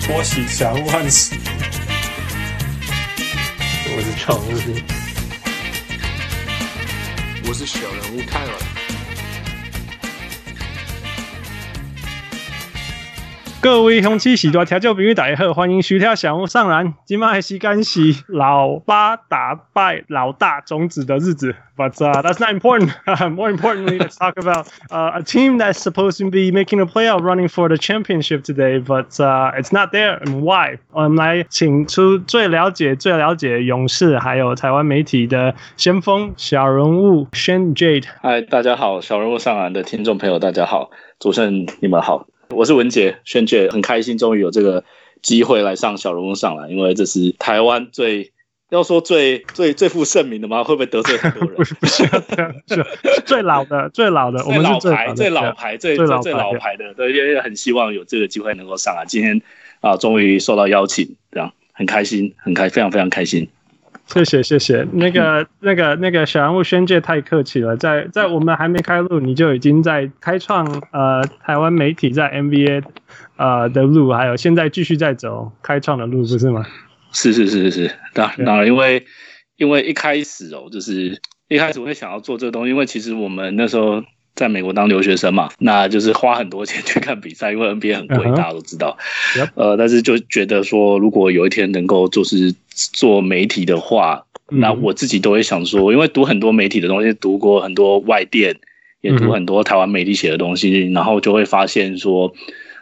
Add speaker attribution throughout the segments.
Speaker 1: 搓洗祥万喜，
Speaker 2: 我是常务。
Speaker 3: 我是小人物泰尔。
Speaker 4: 各位乡亲是大听众朋友大家好，欢迎收听小屋上篮。今麦时间是老八打败老大种子的日子，But、uh, that's not important. More importantly, let's talk about uh, a team that's supposed to be making a playoff running for the championship today, but、uh, it's not there. And why? 我们来请出最了解、最了解勇士还有台湾媒体的先锋小人物 Shen Jade。
Speaker 5: 嗨，大家好，小人物上篮的听众朋友，大家好，主持人你们好，我是文杰轩姐，很开心终于有这个机会来上小人物上篮，因为这是台湾最要说最最最负盛名的吗？会不会得罪很多人？
Speaker 4: 不是，是最老的，最老的，我
Speaker 5: 最
Speaker 4: 们是
Speaker 5: 老
Speaker 4: 最
Speaker 5: 牌、
Speaker 4: 老
Speaker 5: 最
Speaker 4: 的。
Speaker 5: 老牌、最
Speaker 4: 最
Speaker 5: 最
Speaker 4: 老
Speaker 5: 最
Speaker 4: 牌
Speaker 5: 老牌的，对，因为很希望有这个机会能够上来。今天啊，终于受到邀请，这样很开心，很开，非常非常开心。
Speaker 4: 谢谢谢谢，那 个那个那个小人物宣介太客气了，在在我们还没开录，你就已经在开创呃台湾媒体在 NBA 呃的路，还有现在继续在走开创的路，不是吗？
Speaker 5: 是是是是是，当
Speaker 4: 对
Speaker 5: 当然，因为因为一开始哦，就是一开始我会想要做这个东西，因为其实我们那时候在美国当留学生嘛，那就是花很多钱去看比赛，因为 NBA 很贵
Speaker 4: 嗯哼
Speaker 5: 大家都知道
Speaker 4: Yep。
Speaker 5: 呃，但是就觉得说，如果有一天能够就是做媒体的话，那
Speaker 4: 嗯
Speaker 5: 我自己都会想说，因为读很多媒体的东西，读过很多外电，也
Speaker 4: 嗯
Speaker 5: 读
Speaker 4: 哼
Speaker 5: 很多台湾媒体写的东西，然后就会发现说，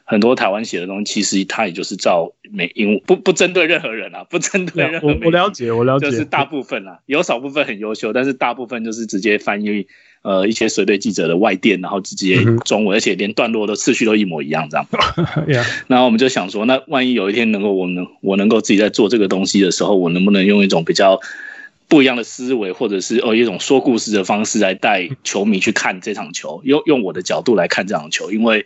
Speaker 5: 很多台湾写的东西其实它也就是照美英不不针对任何人啊，不针对任何
Speaker 4: 我
Speaker 5: 媒体
Speaker 4: 我了解我了解，
Speaker 5: 就是 大部分啊，有少部分很优秀，但是大部分就是直接翻译呃一些随队记者的外电，然后直接
Speaker 4: 嗯哼
Speaker 5: 中文，而且连段落的次序都一模一样这样。
Speaker 4: yeah,
Speaker 5: 然后我们就想说，那万一有一天能够我能我能够自己在做这个东西的时候，我能不能用一种比较不一样的思维，或者是呃一种说故事的方式来带球迷去看这场球，用用我的角度来看这场球，因为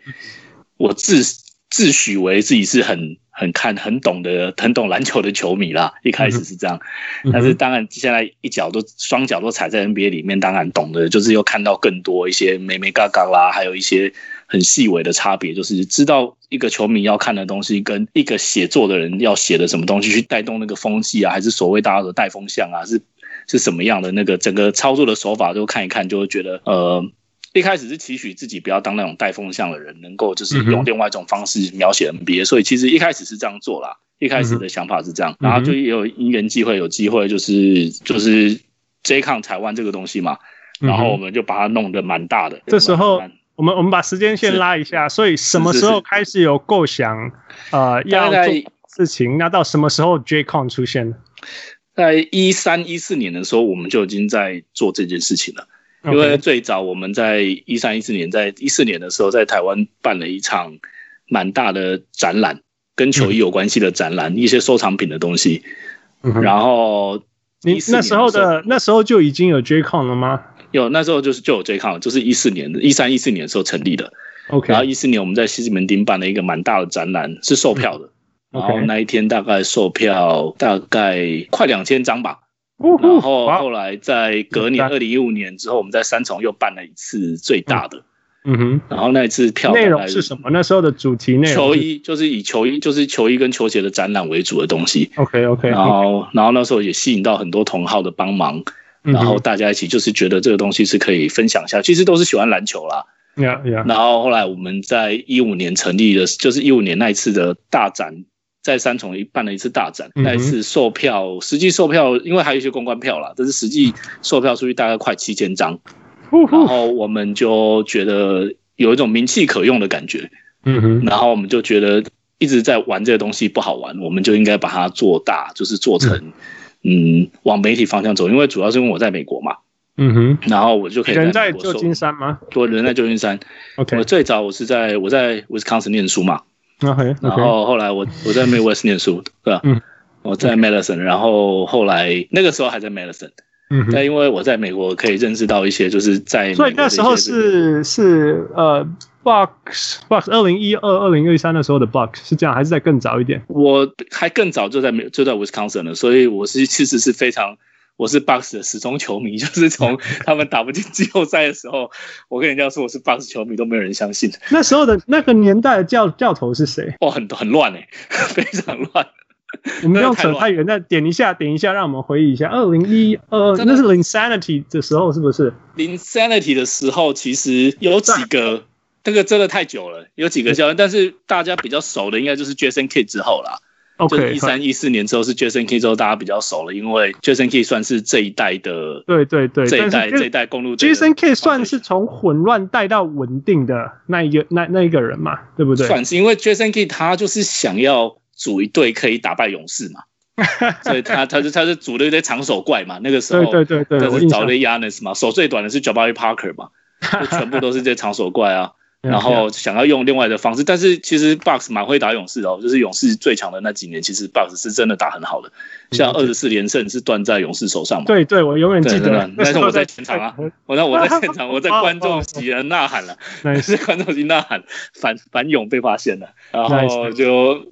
Speaker 5: 我自自诩为自己是很很看很懂的很懂篮球的球迷啦，一开始是这样，
Speaker 4: 嗯
Speaker 5: 但是当然现在一脚都双脚都踩在 NBA 里面，当然懂得就是又看到更多一些美美嘎嘎啦，还有一些很细微的差别，就是知道一个球迷要看的东西跟一个写作的人要写的什么东西去带动那个风气啊，还是所谓大家的带风向啊，是是什么样的那个整个操作的手法，就看一看就会觉得呃。一开始是期许自己不要当那种带风向的人，能够就是
Speaker 4: 嗯哼
Speaker 5: 用另外一种方式描写 NBA，、所以其实一开始是这样做啦。一开始的想法是这样，
Speaker 4: 嗯哼
Speaker 5: 然后就也有因缘际会，有机会就是就是 J Con 台湾这个东西嘛，然后我们就把它弄得蛮大的。
Speaker 4: 嗯这时候
Speaker 5: 蛮
Speaker 4: 我们我们把时间线
Speaker 5: 是
Speaker 4: 拉一下，所以什么
Speaker 5: 是
Speaker 4: 时
Speaker 5: 是
Speaker 4: 候开始有构想呃要
Speaker 5: 大概
Speaker 4: 做事情？那到什么时候 J Con 出现？
Speaker 5: 在一三一四年的时候，我们就已经在做这件事情了。因为
Speaker 4: OK，
Speaker 5: 最早我们在一三一四年，在一四年的时候，在台湾办了一场蛮大的展览，跟球衣有关系的展览，一些收藏品的东西。
Speaker 4: 嗯哼
Speaker 5: 然后
Speaker 4: 你
Speaker 5: 14
Speaker 4: 那
Speaker 5: 年
Speaker 4: 时候
Speaker 5: 的时
Speaker 4: 的那时候就已经有 J Con 了吗
Speaker 5: 有那时候就是就有 J Con，就是一四年一三一四年的时候成立的。
Speaker 4: ？OK，
Speaker 5: 然后一四年我们在西直门町办了一个蛮大的展览，是售票的。
Speaker 4: 嗯
Speaker 5: 然
Speaker 4: OK
Speaker 5: 后那一天大概售票大概快两千张吧。
Speaker 4: 呜呼
Speaker 5: 然后
Speaker 4: 哦哇嗯
Speaker 5: 后来在隔年
Speaker 4: 明
Speaker 5: 二零一五年之后，我们在三重又办了一次最大的。
Speaker 4: 嗯哼，
Speaker 5: 然后那一次票
Speaker 4: 内
Speaker 5: 大
Speaker 4: 容
Speaker 5: 概
Speaker 4: 是什么？那时候的主题内容
Speaker 5: 球
Speaker 4: 是
Speaker 5: 衣就是以球衣就是球衣跟球鞋的展览为主的东西。
Speaker 4: ，OK OK，
Speaker 5: 然后然后那时候也吸引到很多同好的帮忙，
Speaker 4: 嗯
Speaker 5: 然后大家一起就是觉得这个东西是可以分享一下，其实都是喜欢篮球啦。
Speaker 4: 呀呀，
Speaker 5: 然后后来我们在一五年成立的，就是一五年那一次的大展，在三重一办了一次大展，
Speaker 4: 嗯哼
Speaker 5: 那一次售票实际售票，因为还有一些公关票啦，但是实际售票出去大概快七千张，
Speaker 4: 呼
Speaker 5: 然
Speaker 4: 呼，
Speaker 5: 后我们就觉得有一种名气可用的感觉，
Speaker 4: 嗯哼，
Speaker 5: 然后我们就觉得一直在玩这个东西不好玩，我们就应该把它做大，就是做成。嗯，往媒体方向走，因为主要是因为我在美国嘛，
Speaker 4: 嗯哼，
Speaker 5: 然后我就可以
Speaker 4: 人
Speaker 5: 在
Speaker 4: 在
Speaker 5: 美国
Speaker 4: 旧
Speaker 5: 受
Speaker 4: 金，山吗
Speaker 5: 我人在旧金山，
Speaker 4: ？OK 嗯
Speaker 5: 我最早我是在我在 Wisconsin 念书嘛，
Speaker 4: OK
Speaker 5: 然
Speaker 4: OK，
Speaker 5: 后后来我我在 Midwest 念书，对吧？
Speaker 4: 嗯，
Speaker 5: 我在 Madison，然后后来那个时候还在 Madison，
Speaker 4: 嗯哼，
Speaker 5: 但因为我在美国可以认识到一些就是在美国
Speaker 4: 所
Speaker 5: 的
Speaker 4: 以
Speaker 5: 一些
Speaker 4: 那时候是是呃 Box Box 二零一二二零二三的时候的 Box 是这样，还是在更早一点？
Speaker 5: 我还更早就在美就在 Wisconsin 了，所以我是其实是非常。我是 Box 的始终球迷， 就是从他们打不进季后赛的时候，我跟人家说我是 Box 球迷，都没有人相信。
Speaker 4: 那时候的那个年代的教教头是谁？
Speaker 5: 哦，很很乱哎、 非常乱。
Speaker 4: 我们不用
Speaker 5: 太
Speaker 4: 扯
Speaker 5: 乱
Speaker 4: 太远，再点一下，点一下，让我们回忆一下。二零一二，
Speaker 5: 真的
Speaker 4: 那是 Insanity 的时候，是不是？
Speaker 5: Insanity 的时候，其实有几个，这个真的太久了，有几个教练，但是大家比较熟的应该就是 Jason Kidd 之后啦。就是
Speaker 4: OK，
Speaker 5: 一三一四年之后是 Jason Key 之后，大家比较熟了，因为 Jason Key 算是这一代的
Speaker 4: 对对对，
Speaker 5: 这一
Speaker 4: 但
Speaker 5: 代
Speaker 4: 是
Speaker 5: 这一代公路队的哦
Speaker 4: Jason K 算是从混乱带到稳定的那一个那那一个人嘛，对不对？
Speaker 5: 算是因为 Jason Key 他就是想要组一队可以打败勇士 嘛，所以他他就他就组了一堆长手怪嘛，那个时候
Speaker 4: 对对对对，
Speaker 5: 但
Speaker 4: 我
Speaker 5: 是
Speaker 4: 印
Speaker 5: 找
Speaker 4: 象
Speaker 5: 了 Yanis 嘛，手最短的是 Jabari Parker 嘛，就全部都是这些长手怪啊。
Speaker 4: 嗯
Speaker 5: 然后想要用另外的方式，但是其实 Box 蛮会打勇士的哦，就是勇士最强的那几年，其实 Box 是真的打很好的，像二十四连胜是断在勇士手上嘛。
Speaker 4: 嗯对对，我永远
Speaker 5: 对
Speaker 4: 记
Speaker 5: 对
Speaker 4: 得
Speaker 5: 对，
Speaker 4: 那时
Speaker 5: 但是
Speaker 4: 候
Speaker 5: 我在现场啊我那我在现场，我 在观众席的呐喊了，
Speaker 4: 那
Speaker 5: 是 观众席呐喊反反勇被发现了，然
Speaker 4: Nice
Speaker 5: 后就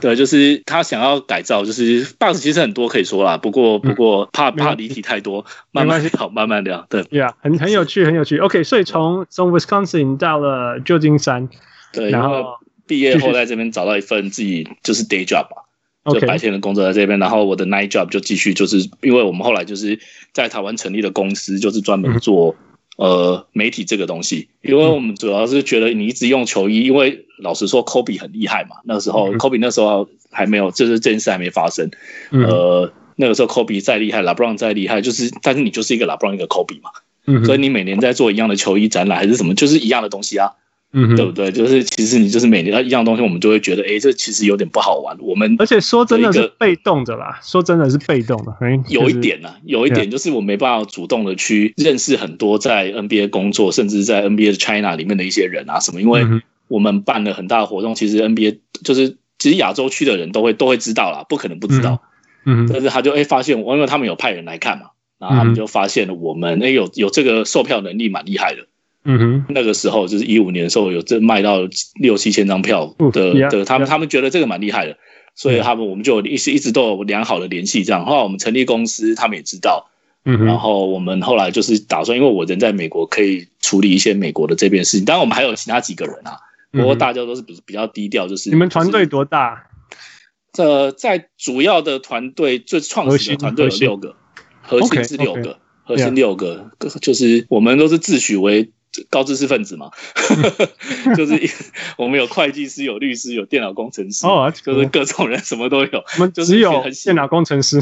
Speaker 5: 对，就是他想要改造，就是 Box 其实很多可以说啦，不过不过怕
Speaker 4: 嗯没关
Speaker 5: 怕
Speaker 4: 系
Speaker 5: 离题太多，
Speaker 4: 没
Speaker 5: 慢
Speaker 4: 关
Speaker 5: 慢
Speaker 4: 系
Speaker 5: 聊，慢慢聊，对
Speaker 4: Yeah，很很有趣，很有趣。OK，所以从从 Wisconsin 到了旧金山，
Speaker 5: 对，
Speaker 4: 然
Speaker 5: 因为
Speaker 4: 后
Speaker 5: 毕业后在这边找到一份自己就是 day job 吧，就
Speaker 4: OK，
Speaker 5: 白天的工作在这边，然后我的 night job 就继续，就是因为我们后来就是在台湾成立的公司，就是专门
Speaker 4: 嗯
Speaker 5: 做、呃媒体这个东西，因为我们主要是觉得你一直用球衣，因为老实说，Kobe 很厉害嘛，那时候、
Speaker 4: 嗯
Speaker 5: Kobe 那时候还没有，就是这件事还没发生，
Speaker 4: 嗯
Speaker 5: 呃，那个时候 Kobe 再厉害，LeBron 再厉害，就是但是你就是一个 LeBron 一个 Kobe 嘛，
Speaker 4: 嗯
Speaker 5: 所
Speaker 4: 哼
Speaker 5: 以你每年在做一样的球衣展览还是什么，就是一样的东西啊，
Speaker 4: 嗯哼
Speaker 5: 对不对？就是其实你就是每年一样的东西，我们就会觉得，哎，这其实有点不好玩，我们
Speaker 4: 而且说真的
Speaker 5: 有
Speaker 4: 是
Speaker 5: 一个
Speaker 4: 被动的啦，说真的是被动的，嗯
Speaker 5: 有一，点呢、啊有一点就是我没办法主动的去认识很多在 NBA 工作，甚至在 NBA 的 China 里面的一些人啊什么，因为
Speaker 4: 嗯哼
Speaker 5: 我们办了很大的活动，其实 NBA 就是其实亚洲区的人都会都会知道啦，不可能不知道。
Speaker 4: 嗯哼
Speaker 5: 但是他就哎、发现我，因为他们有派人来看嘛，然后他
Speaker 4: 嗯
Speaker 5: 们就发现了我们哎、有有这个售票能力蛮厉害的。
Speaker 4: 嗯哼
Speaker 5: 那个时候就是一五年的时候，有这卖到六七千张票
Speaker 4: 哦
Speaker 5: 的
Speaker 4: yeah，
Speaker 5: 的，他们
Speaker 4: yeah 嗯
Speaker 5: 他们觉得这个蛮厉害的，所以他们我们就一直一直都有良好的联系，这样。后来我们成立公司，他们也知道，
Speaker 4: 嗯
Speaker 5: 然
Speaker 4: 哼，
Speaker 5: 后我们后来就是打算，因为我人在美国，可以处理一些美国的这边事情。当然，我们还有其他几个人啊，不过大家都是比比较低调，就是
Speaker 4: 嗯你们团队
Speaker 5: 就是
Speaker 4: 多大？
Speaker 5: 呃，在主要的团队最创
Speaker 4: 核
Speaker 5: 始
Speaker 4: 心
Speaker 5: 的团
Speaker 4: 核
Speaker 5: 队有
Speaker 4: 心
Speaker 5: 六个，核
Speaker 4: OK，
Speaker 5: 心是六
Speaker 4: OK
Speaker 5: 个，核心六个，就是我们都是自诩为高知识分子嘛，
Speaker 4: 嗯
Speaker 5: 就是一我们有会计师，有律师，有电脑工程师，
Speaker 4: 哦，
Speaker 5: 就是各种人什么都有。
Speaker 4: 我们
Speaker 5: 就是
Speaker 4: 只有
Speaker 5: 很喜
Speaker 4: 电脑工程师，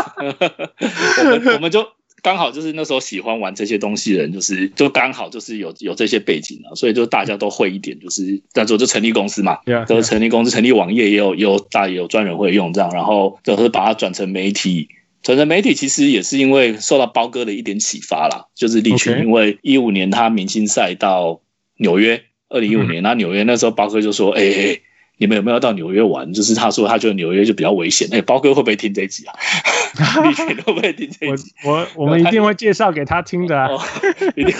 Speaker 5: 我 们我们就刚好就是那时候喜欢玩这些东西的人，就是就刚好就是有有这些背景啊，所以就大家都会一点，就是那时候就成立公司嘛，
Speaker 4: Yeah，
Speaker 5: 就是
Speaker 4: yeah
Speaker 5: 成立公司、成立网页也有也有大也有专人会用这样，然后就是把它转成媒体。转成媒体其实也是因为受到包哥的一点启发啦，就是利群
Speaker 4: OK
Speaker 5: 因为一五年他明星赛到纽约，二零一五
Speaker 4: 嗯
Speaker 5: 年，那纽约那时候包哥就说：“哎、哎哎你们有没有要到纽约玩？”就是他说他觉得纽约就比较危险。哎、包哥会不会听这一集啊？利群会不会听这 一
Speaker 4: 我
Speaker 5: 集？
Speaker 4: 我我们一定会介绍给他听的啊。
Speaker 5: 哦，一定，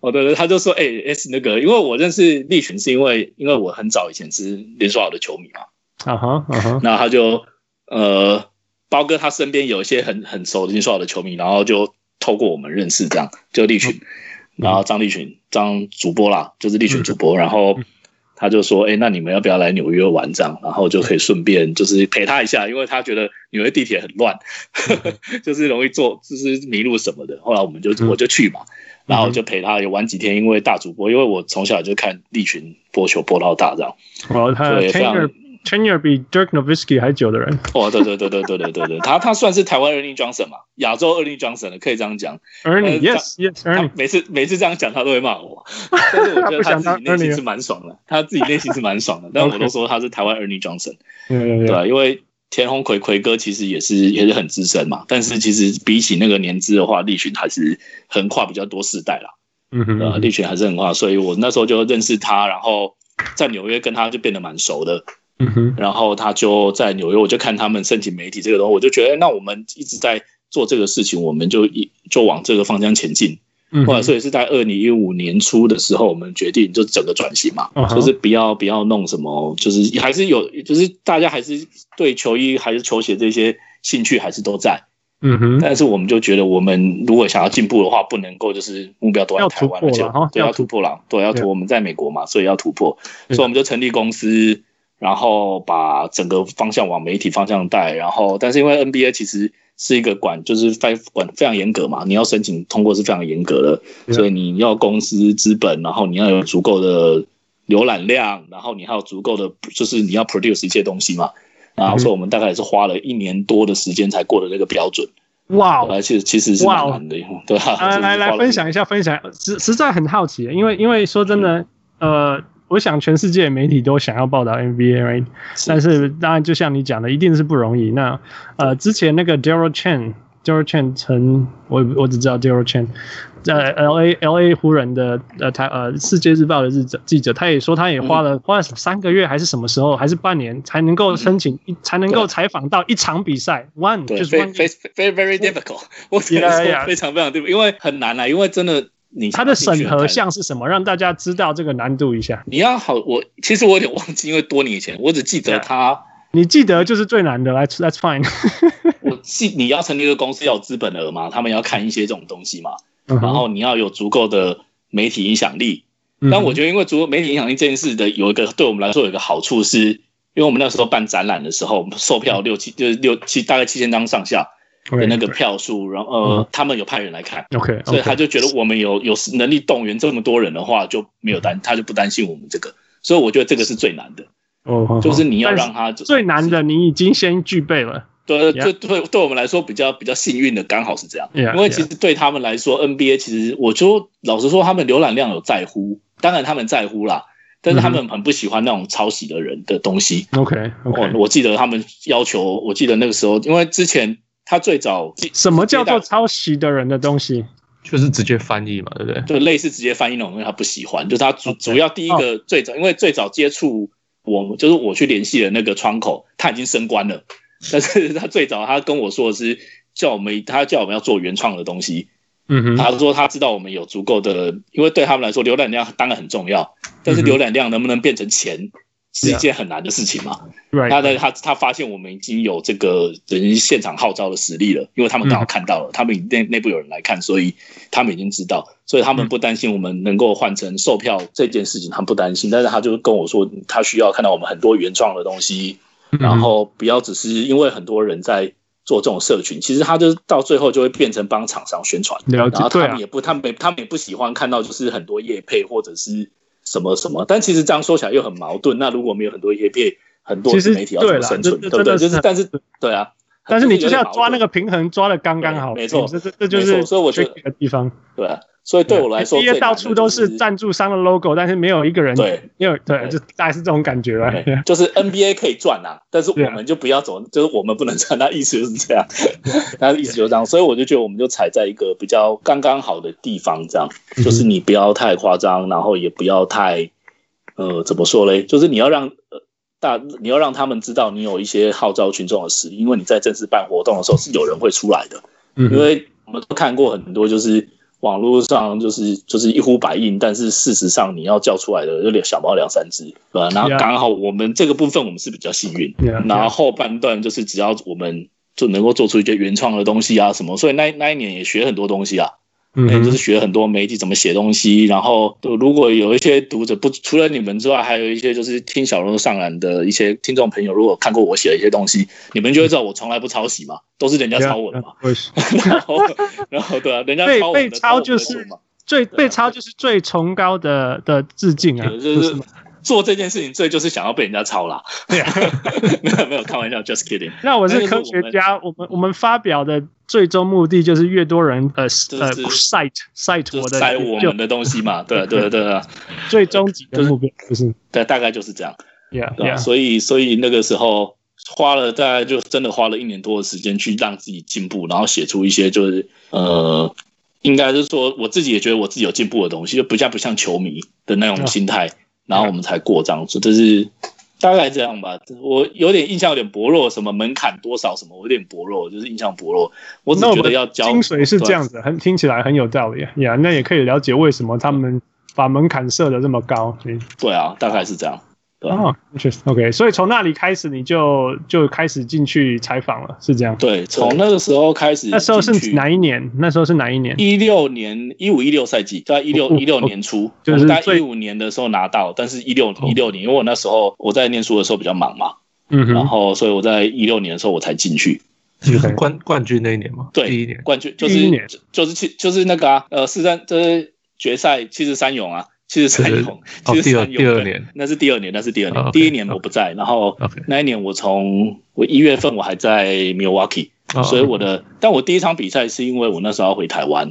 Speaker 5: 我的他就说：“哎、s 那个，因为我认识利群是因为因为我很早以前是林书豪的球迷嘛，
Speaker 4: 啊
Speaker 5: 哦
Speaker 4: 哈啊哈，
Speaker 5: 那他就呃，包哥他身边有一些很很熟的金硕的球迷，然后就透过我们认识，这样就立群，
Speaker 4: 嗯
Speaker 5: 然后张立群张主播啦，就是立群主播，然后
Speaker 4: 嗯
Speaker 5: 他就说，哎、那你们要不要来纽约玩这样？然后就可以顺便就是陪他一下，因为他觉得纽约地铁很乱， 就是容易坐就是迷路什么的。后来我们就
Speaker 4: 嗯
Speaker 5: 我就去嘛。然后就陪他也玩几天，因为大主播，因为我从小就看立群播球播到大这样，
Speaker 4: 我他
Speaker 5: 对非常
Speaker 4: tenure tenure 比 Dirk Nowitzki 还久的人，
Speaker 5: 哦，对对对对对对对对，他他算是台湾 Ernie Johnson 嘛，亚洲 Ernie Johnson 了，可以这样讲。
Speaker 4: Ernie
Speaker 5: 呃他
Speaker 4: yes yes
Speaker 5: 他
Speaker 4: Ernie
Speaker 5: 每次每次这样讲，他都会骂 我，但是我觉得他自己内心是蛮爽的，他自己内心是蛮 爽的。但我都说他是台湾 Ernie Johnson，
Speaker 4: 对
Speaker 5: 对吧、因为田鸿奎奎哥其实也是也是很资深嘛，但是其实比起那个年资的话，立群还是横跨比较多世代啦。
Speaker 4: 嗯哼
Speaker 5: 呃，
Speaker 4: 嗯
Speaker 5: 立群还是很跨，所以我那时候就认识他，然后在纽约跟他就变得蛮熟的。
Speaker 4: 嗯哼
Speaker 5: 然后他就在纽约，我就看他们申请媒体这个东西，我就觉得，哎那我们一直在做这个事情，我们就一就往这个方向前进。
Speaker 4: 嗯
Speaker 5: 后来，
Speaker 4: 哼，
Speaker 5: 所以是在二零一五年初的时候，我们决定就整个转型嘛
Speaker 4: 嗯，哼
Speaker 5: 就是不要不要弄什么，就是还是有，就是大家还是对球衣还是球鞋这些兴趣还是都在，
Speaker 4: 嗯哼，
Speaker 5: 但是我们就觉得，我们如果想要进步的话，不能够就是目标都在台湾，
Speaker 4: 要
Speaker 5: 而
Speaker 4: 突
Speaker 5: 且
Speaker 4: 破了哈
Speaker 5: 对
Speaker 4: 要
Speaker 5: 要突破了，对要
Speaker 4: 对
Speaker 5: 突我们在美国嘛，所以要突破，
Speaker 4: 对
Speaker 5: 所以我们就成立公司，然后把整个方向往媒体方向带，然后但是因为 NBA 其实是一个管就是非管非常严格嘛，你要申请通过是非常严格的，
Speaker 4: 对啊
Speaker 5: 所以你要公司资本，然后你要有足够的浏览量，然后你还有足够的就是你要 produce 一些东西嘛。
Speaker 4: 嗯
Speaker 5: 然后，所以我们大概也是花了一年多的时间才过了这个标准。
Speaker 4: 哇哦
Speaker 5: 啊，其实其实是蛮难的，哦对吧？
Speaker 4: 来来来，分享一
Speaker 5: 下，
Speaker 4: 下，分享，实实在很好奇，因为因为说真的，呃，我想全世界媒体都想要报道 NBA，right？但是当然，就像你讲的，一定是不容易。那呃，之前那个 Daryl Chen。Daryl Chen 曾，我也不我只知道 Daryl Chen，在 L A L A 湖人的呃台呃《世界日报》的记者记者，他也说他也花
Speaker 5: 嗯
Speaker 4: 了、花了三个月还是什么时候还是半年才能够申请一、才能够
Speaker 5: 嗯对
Speaker 4: 采访到一场比赛 one
Speaker 5: 对，
Speaker 4: 就是
Speaker 5: 非
Speaker 4: one
Speaker 5: 非非 very difficult，我 只能
Speaker 4: Yeah, yeah.
Speaker 5: 说非常非常 difficult，因为很难啊，因为真的你
Speaker 4: 它的
Speaker 5: 想要进
Speaker 4: 审
Speaker 5: 去很
Speaker 4: 核
Speaker 5: 难
Speaker 4: 项是什么？让大家知道这个难度一下。
Speaker 5: 你要好，我其实我有点忘记，因为多年以前，我只记得
Speaker 4: Yeah.
Speaker 5: 他，
Speaker 4: 你记得就是最难的，That's That's fine
Speaker 5: 我记你要成立一个公司要有资本额嘛，他们要看一些这种东西嘛，
Speaker 4: 嗯哼。
Speaker 5: 然后你要有足够的媒体影响力，
Speaker 4: 嗯哼，
Speaker 5: 但我觉得，因为足够媒体影响力这件事的有一个对我们来说有一个好处是，因为我们那时候办展览的时候，我们售票六七就是六七大概七千张上下的那个票数，然后
Speaker 4: 嗯
Speaker 5: 呃，他们有派人来看，
Speaker 4: OK，
Speaker 5: 所以他就觉得我们有有能力动员这么多人的话，就没有
Speaker 4: 嗯
Speaker 5: 担他就不担心我们这个，所以我觉得这个是最难的，
Speaker 4: 哦，
Speaker 5: 就是你要让
Speaker 4: 他
Speaker 5: 他
Speaker 4: 最难的，你已经先具备了。
Speaker 5: 对，
Speaker 4: Yeah.
Speaker 5: 就对对我们来说比较比较幸运的，刚好是这样。
Speaker 4: Yeah,
Speaker 5: 因为其实对他们来说，NBA 其实我就老实说，他们浏览量有在乎，当然他们在乎啦，但是他们很不喜欢那种抄袭的人的东西。
Speaker 4: OK
Speaker 5: 我
Speaker 4: OK，
Speaker 5: 我记得他们要求，我记得那个时候，因为之前他最早
Speaker 4: 什么叫做
Speaker 5: 最大
Speaker 4: 抄袭的人的东西？
Speaker 2: 就是直接翻译嘛，对不对？
Speaker 5: 就类似直接翻译那种东西，他不喜欢，就是他主
Speaker 4: OK
Speaker 5: 主要第一个
Speaker 4: 哦
Speaker 5: 最早，因为最早接触我就是我去联系的那个窗口，他已经升官 了，但是他最早他跟我说的是叫我们，他叫我们要做原创的东西，
Speaker 4: 嗯哼，
Speaker 5: 他说他知道我们有足够的，因为对他们来说浏览量当然很重要，但是
Speaker 4: 嗯哼
Speaker 5: 浏览量能不能变成钱是一件很难的事情嘛。他
Speaker 4: right，
Speaker 5: 的他他发现我们已经有这个等于现场号召的实力了，因为他们刚好看到了，他们内内部有人来看，所以他们已经知道，所以他们不担心我们能够换成售票这件事情，他们不担心。但是他就跟我说，他需要看到我们很多原创的东西，
Speaker 4: 嗯
Speaker 5: 然后不要只是因为很多人在做这种社群，其实他就到最后就会变成帮厂商宣传，
Speaker 4: 了
Speaker 5: 然
Speaker 4: 解，
Speaker 5: 后
Speaker 4: 对
Speaker 5: 他
Speaker 4: 啊
Speaker 5: 们，也不，他们也他们也不喜欢看到就是很多叶配或者是什么什么，但其实这样说起来又很矛盾。那如果没有很多叶配，很多
Speaker 4: 其实
Speaker 5: 媒体要怎
Speaker 4: 对
Speaker 5: 么
Speaker 4: 啦
Speaker 5: 生存，
Speaker 4: 这
Speaker 5: 对
Speaker 4: 这
Speaker 5: 不对？
Speaker 4: 真的是
Speaker 5: 就是但是对啊，
Speaker 4: 但是你就是要
Speaker 5: 有点矛
Speaker 4: 抓那
Speaker 5: 盾
Speaker 4: 个平衡，抓的刚刚好，
Speaker 5: 对没错
Speaker 4: 这这这就
Speaker 5: 没
Speaker 4: 是
Speaker 5: 错所以我觉得
Speaker 4: tricky 的地方。
Speaker 5: 对啊，所以对我来说，
Speaker 4: 因为
Speaker 5: 最难
Speaker 4: 到
Speaker 5: 的
Speaker 4: 处都
Speaker 5: 就是
Speaker 4: 赞助商的 logo，但是没有一个人
Speaker 5: 对，
Speaker 4: 没有对，
Speaker 5: 对
Speaker 4: 就大概是这种感觉了。啊
Speaker 5: 对就是 NBA 可以赚 啊，但是
Speaker 4: 对啊
Speaker 5: 我们就不要走，就是我们不能赚，他意思就是这样，
Speaker 4: 啊
Speaker 5: 他的意思就是这样，所以我就觉得我们就踩在一个比较刚刚好的地方，这样
Speaker 4: 嗯哼
Speaker 5: 就是你不要太夸张，然后也不要太，呃，怎么说嘞？就是你要让呃大，你要让他们知道你有一些号召群众的事，因为你在正式办活动的时候是有人会出来的，
Speaker 4: 嗯
Speaker 5: 因为我们都看过很多，就是网络上就是就是一呼百应，但是事实上你要叫出来的有点小猫两三只，对吧？然后
Speaker 4: Yeah.
Speaker 5: 刚好我们这个部分我们是比较幸运
Speaker 4: Yeah,
Speaker 5: 然后后半段就是只要我们就能够做出一些原创的东西啊什么，所以那那一年也学很多东西啊，
Speaker 4: 嗯
Speaker 5: 哎，
Speaker 4: 哼
Speaker 5: 就是学很多媒体怎么写东西，然后呃如果有一些读者不除了你们之外，还有一些就是听小龙上篮的一些听众朋友，如果看过我写的一些东西，你们就会知道我从来不抄袭嘛，都是人家抄我的嘛。
Speaker 4: Yeah, yeah, 我也是
Speaker 5: 然后，然后对啊，人家
Speaker 4: 被
Speaker 5: 抄我
Speaker 4: 被
Speaker 5: 们的
Speaker 4: 抄
Speaker 5: 抄
Speaker 4: 就
Speaker 5: 就是是
Speaker 4: 最被抄就是最崇高的的致敬啊，
Speaker 5: 就
Speaker 4: 不
Speaker 5: 是
Speaker 4: 吗
Speaker 5: 做这件事情，最就是想要被人家抄啦。
Speaker 4: 对啊。
Speaker 5: 没有没有，开玩笑，just kidding。
Speaker 4: 那我
Speaker 5: 那
Speaker 4: 是
Speaker 5: 就是
Speaker 4: 科
Speaker 5: 我
Speaker 4: 学
Speaker 5: 们
Speaker 4: 家，我们我们发表的最终目的就是越多人呃
Speaker 5: 是
Speaker 4: 呃
Speaker 5: 是
Speaker 4: cite cite
Speaker 5: 就
Speaker 4: 我
Speaker 5: 是塞
Speaker 4: 的
Speaker 5: 我
Speaker 4: 研究
Speaker 5: 们的东西嘛，对啊对啊对啊，
Speaker 4: 最终极的
Speaker 5: 就是
Speaker 4: 目标，就是
Speaker 5: 对，啊大概就是这样。
Speaker 4: yeah
Speaker 5: 对啊
Speaker 4: yeah
Speaker 5: 所以所以那个时候花了大概就真的花了一年多的时间去让自己进步，然后写出一些就是呃，应该是说我自己也觉得我自己有进步的东西，就不像不像球迷的那种心态，然后我们才过这样子，就是大概这样吧。我有点印象有点薄弱，什么门槛多少什么，我有点薄弱，就是印象薄弱。我只
Speaker 4: 那我
Speaker 5: 觉
Speaker 4: 们
Speaker 5: 得要教
Speaker 4: 精髓是
Speaker 5: 对啊
Speaker 4: 这样子，很听起来很有道理，yeah，那也可以了解为什么他们把门槛设的这么高，嗯
Speaker 5: 对啊，大概是这样。对吧？
Speaker 4: 哦，interesting。OK，所以从那里开始你就就开始进去采访了，是这样。
Speaker 5: 对，从那个时候开始进去，
Speaker 4: 那时候是哪一年？那时候是哪一年？
Speaker 5: 一六年一五一六赛季，在一六
Speaker 4: 哦
Speaker 5: 一六年初，
Speaker 4: 就是
Speaker 5: 我大概
Speaker 4: 最
Speaker 5: 一五年的时候拿到，但是一六一六年，因为我那时候我在念书的时候比较忙嘛，
Speaker 4: 嗯
Speaker 5: 然
Speaker 4: 哼，
Speaker 5: 后所以我在一六年的时候我才进去。
Speaker 2: 就是冠冠军那一年嘛，
Speaker 5: 对
Speaker 2: 第一年，
Speaker 5: 冠军，就
Speaker 4: 第一
Speaker 5: 是
Speaker 4: 年
Speaker 5: 就就是去就是那个啊，呃，四三就是决赛七十三勇啊，七十三
Speaker 2: 对
Speaker 5: 勇，
Speaker 2: 哦
Speaker 5: 七十
Speaker 2: 第二
Speaker 5: 三勇，
Speaker 2: 第二
Speaker 5: 对
Speaker 2: 年
Speaker 5: 那是第二年，那是第二
Speaker 2: 哦
Speaker 5: 年，
Speaker 2: ，OK，
Speaker 5: 第一年我不在，然后
Speaker 2: OK
Speaker 5: 那一年我从我一月份我还在 Milwaukee，
Speaker 2: 哦
Speaker 5: 所以我的，但我第一场比赛是因为我那时候要回台湾，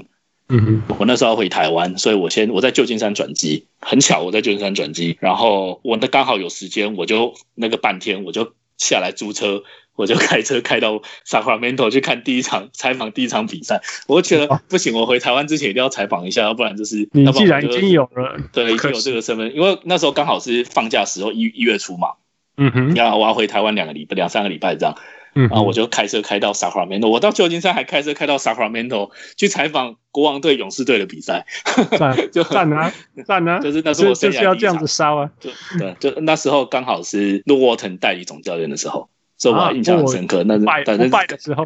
Speaker 4: 嗯哼，
Speaker 5: 我那时候要回台湾，所以我先我在旧金山转机，很巧我在旧金山转机，然后我那刚好有时间，我就那个半天我就下来租车，我就开车开到 Sacramento 去看第一场采访第一场比赛，我就觉得不行，我回台湾之前一定要采访一下，要不然就是
Speaker 4: 哦你
Speaker 5: 要不
Speaker 4: 既然
Speaker 5: 我
Speaker 4: 已
Speaker 5: 就
Speaker 4: 经有了，
Speaker 5: 对已
Speaker 4: 可
Speaker 5: 经有这个身份，因为那时候刚好是放假时候一一月初嘛，
Speaker 4: 嗯哼，
Speaker 5: 然后我要回台湾两个礼拜两三个礼拜这样，
Speaker 4: 嗯
Speaker 5: 啊然后我
Speaker 4: 哼，
Speaker 5: 就开车开到 Sacramento，我到旧金山还开车开到 Sacramento 去采访国王队勇士队的比赛。
Speaker 4: 赞
Speaker 5: 就
Speaker 4: 赞啊 赞啊，
Speaker 5: 就是那是
Speaker 4: 就
Speaker 5: 我生
Speaker 4: 就
Speaker 5: 涯
Speaker 4: 是要
Speaker 5: 第一
Speaker 4: 这样
Speaker 5: 场
Speaker 4: 子烧啊。
Speaker 5: 就对，就那时候刚好是陆沃腾代理总教练的时候，所以我还印象很深刻。那是
Speaker 4: 败
Speaker 5: 但
Speaker 4: 啊不
Speaker 5: 是
Speaker 4: 败的时候，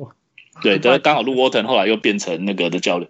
Speaker 5: 对，但是刚好陆沃腾后来又变成那个的教练，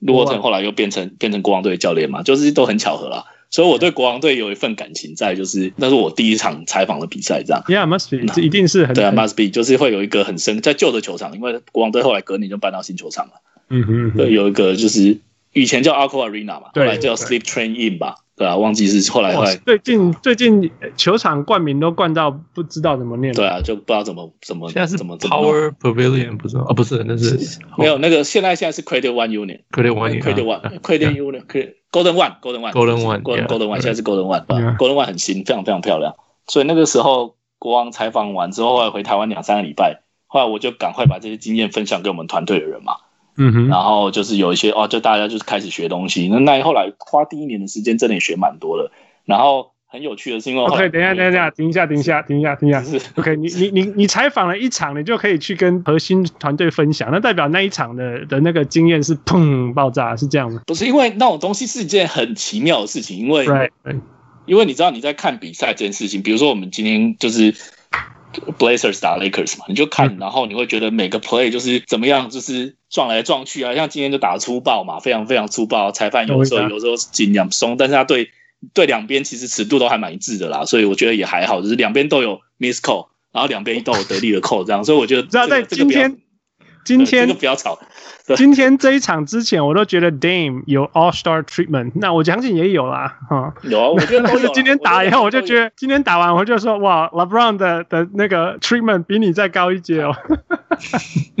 Speaker 5: 陆沃腾后来又变成变成国王队教练嘛，就是都很巧合啦。所以我对国王队有一份感情在，就是那是我第一场采访的比赛，这样。
Speaker 4: ，Yeah，must be，
Speaker 5: 那
Speaker 4: 这一定是很
Speaker 5: 对啊
Speaker 4: 很
Speaker 5: ，must be 就是会有一个很深在旧的球场，因为国王队后来隔年就搬到新球场了。
Speaker 4: 嗯哼，嗯哼
Speaker 5: 对，有一个就是以前叫 Aqua Arena 嘛，后
Speaker 4: 对
Speaker 5: 来叫
Speaker 4: 对
Speaker 5: Sleep Train In 吧，对啊，忘记是后来后
Speaker 4: 哇
Speaker 5: 来
Speaker 4: 最近最近呃球场冠名都冠到不知道怎么念了。
Speaker 5: 对啊，就不知道怎么怎么
Speaker 2: 现在是
Speaker 5: 怎么怎么弄
Speaker 2: Power Pavilion 不是吗？啊，不是，那是
Speaker 5: 没有那个现在现在是 Credit One Unit。
Speaker 2: Credit One
Speaker 5: Credit
Speaker 4: 啊
Speaker 5: One, Credit Unit, Credit- Golden One, Golden One,
Speaker 2: Golden One,
Speaker 5: Golden
Speaker 2: yeah.
Speaker 5: Golden One，
Speaker 2: Yeah.
Speaker 5: 现在是 Golden One，对吧
Speaker 4: Yeah.
Speaker 5: Golden One 很新，非常非常漂亮。所以那个时候国王采访完之后，后来回台湾两三个礼拜，后来我就赶快把这些经验分享给我们团队的人嘛。
Speaker 4: 嗯哼，
Speaker 5: 然后就是有一些哦，就大家就是开始学东西。那那后来花第一年的时间，真的也学蛮多的。然后很有趣的是，因为后来
Speaker 4: OK，等一下，等一下，停一下，停一下，停一下，停一下。
Speaker 5: 就是
Speaker 4: OK，你你你你采访了一场，你就可以去跟核心团队分享，那代表那一场的的那个经验是砰爆炸，是这样吗
Speaker 5: 不是因为那种东西是一件很奇妙的事情，因为
Speaker 4: ？Right，
Speaker 5: 因为你知道你在看比赛这件事情，比如说我们今天就是 Blazers 打 Lakers 嘛，你就看，
Speaker 4: 嗯
Speaker 5: 然后你会觉得每个 play 就是怎么样，就是撞来撞去啊，像今天就打得粗暴嘛，非常非常粗暴，裁判有时候
Speaker 4: 懂意思
Speaker 5: 有时候尽量松，但是他对对两边其实尺度都还蛮一致的啦，所以我觉得也还好，就是两边都有 miss call，然后两边都有得力的 call 这样，所以我觉得
Speaker 4: 知道
Speaker 5: 这个
Speaker 4: 在今天。
Speaker 5: 这
Speaker 4: 今
Speaker 5: 个不要对
Speaker 4: 天
Speaker 5: 这个不要吵，对
Speaker 4: 今天这一场之前，我都觉得 Dame 有 All Star treatment，那我相信也有啦，哈、
Speaker 5: 有啊，我觉得
Speaker 4: 但
Speaker 5: 都有
Speaker 4: 是
Speaker 5: 啦。
Speaker 4: 今天打以后，我就
Speaker 5: 得
Speaker 4: 觉得今天打完，我就说哇，LeBron 的的那个 treatment 比你再高一阶 哦。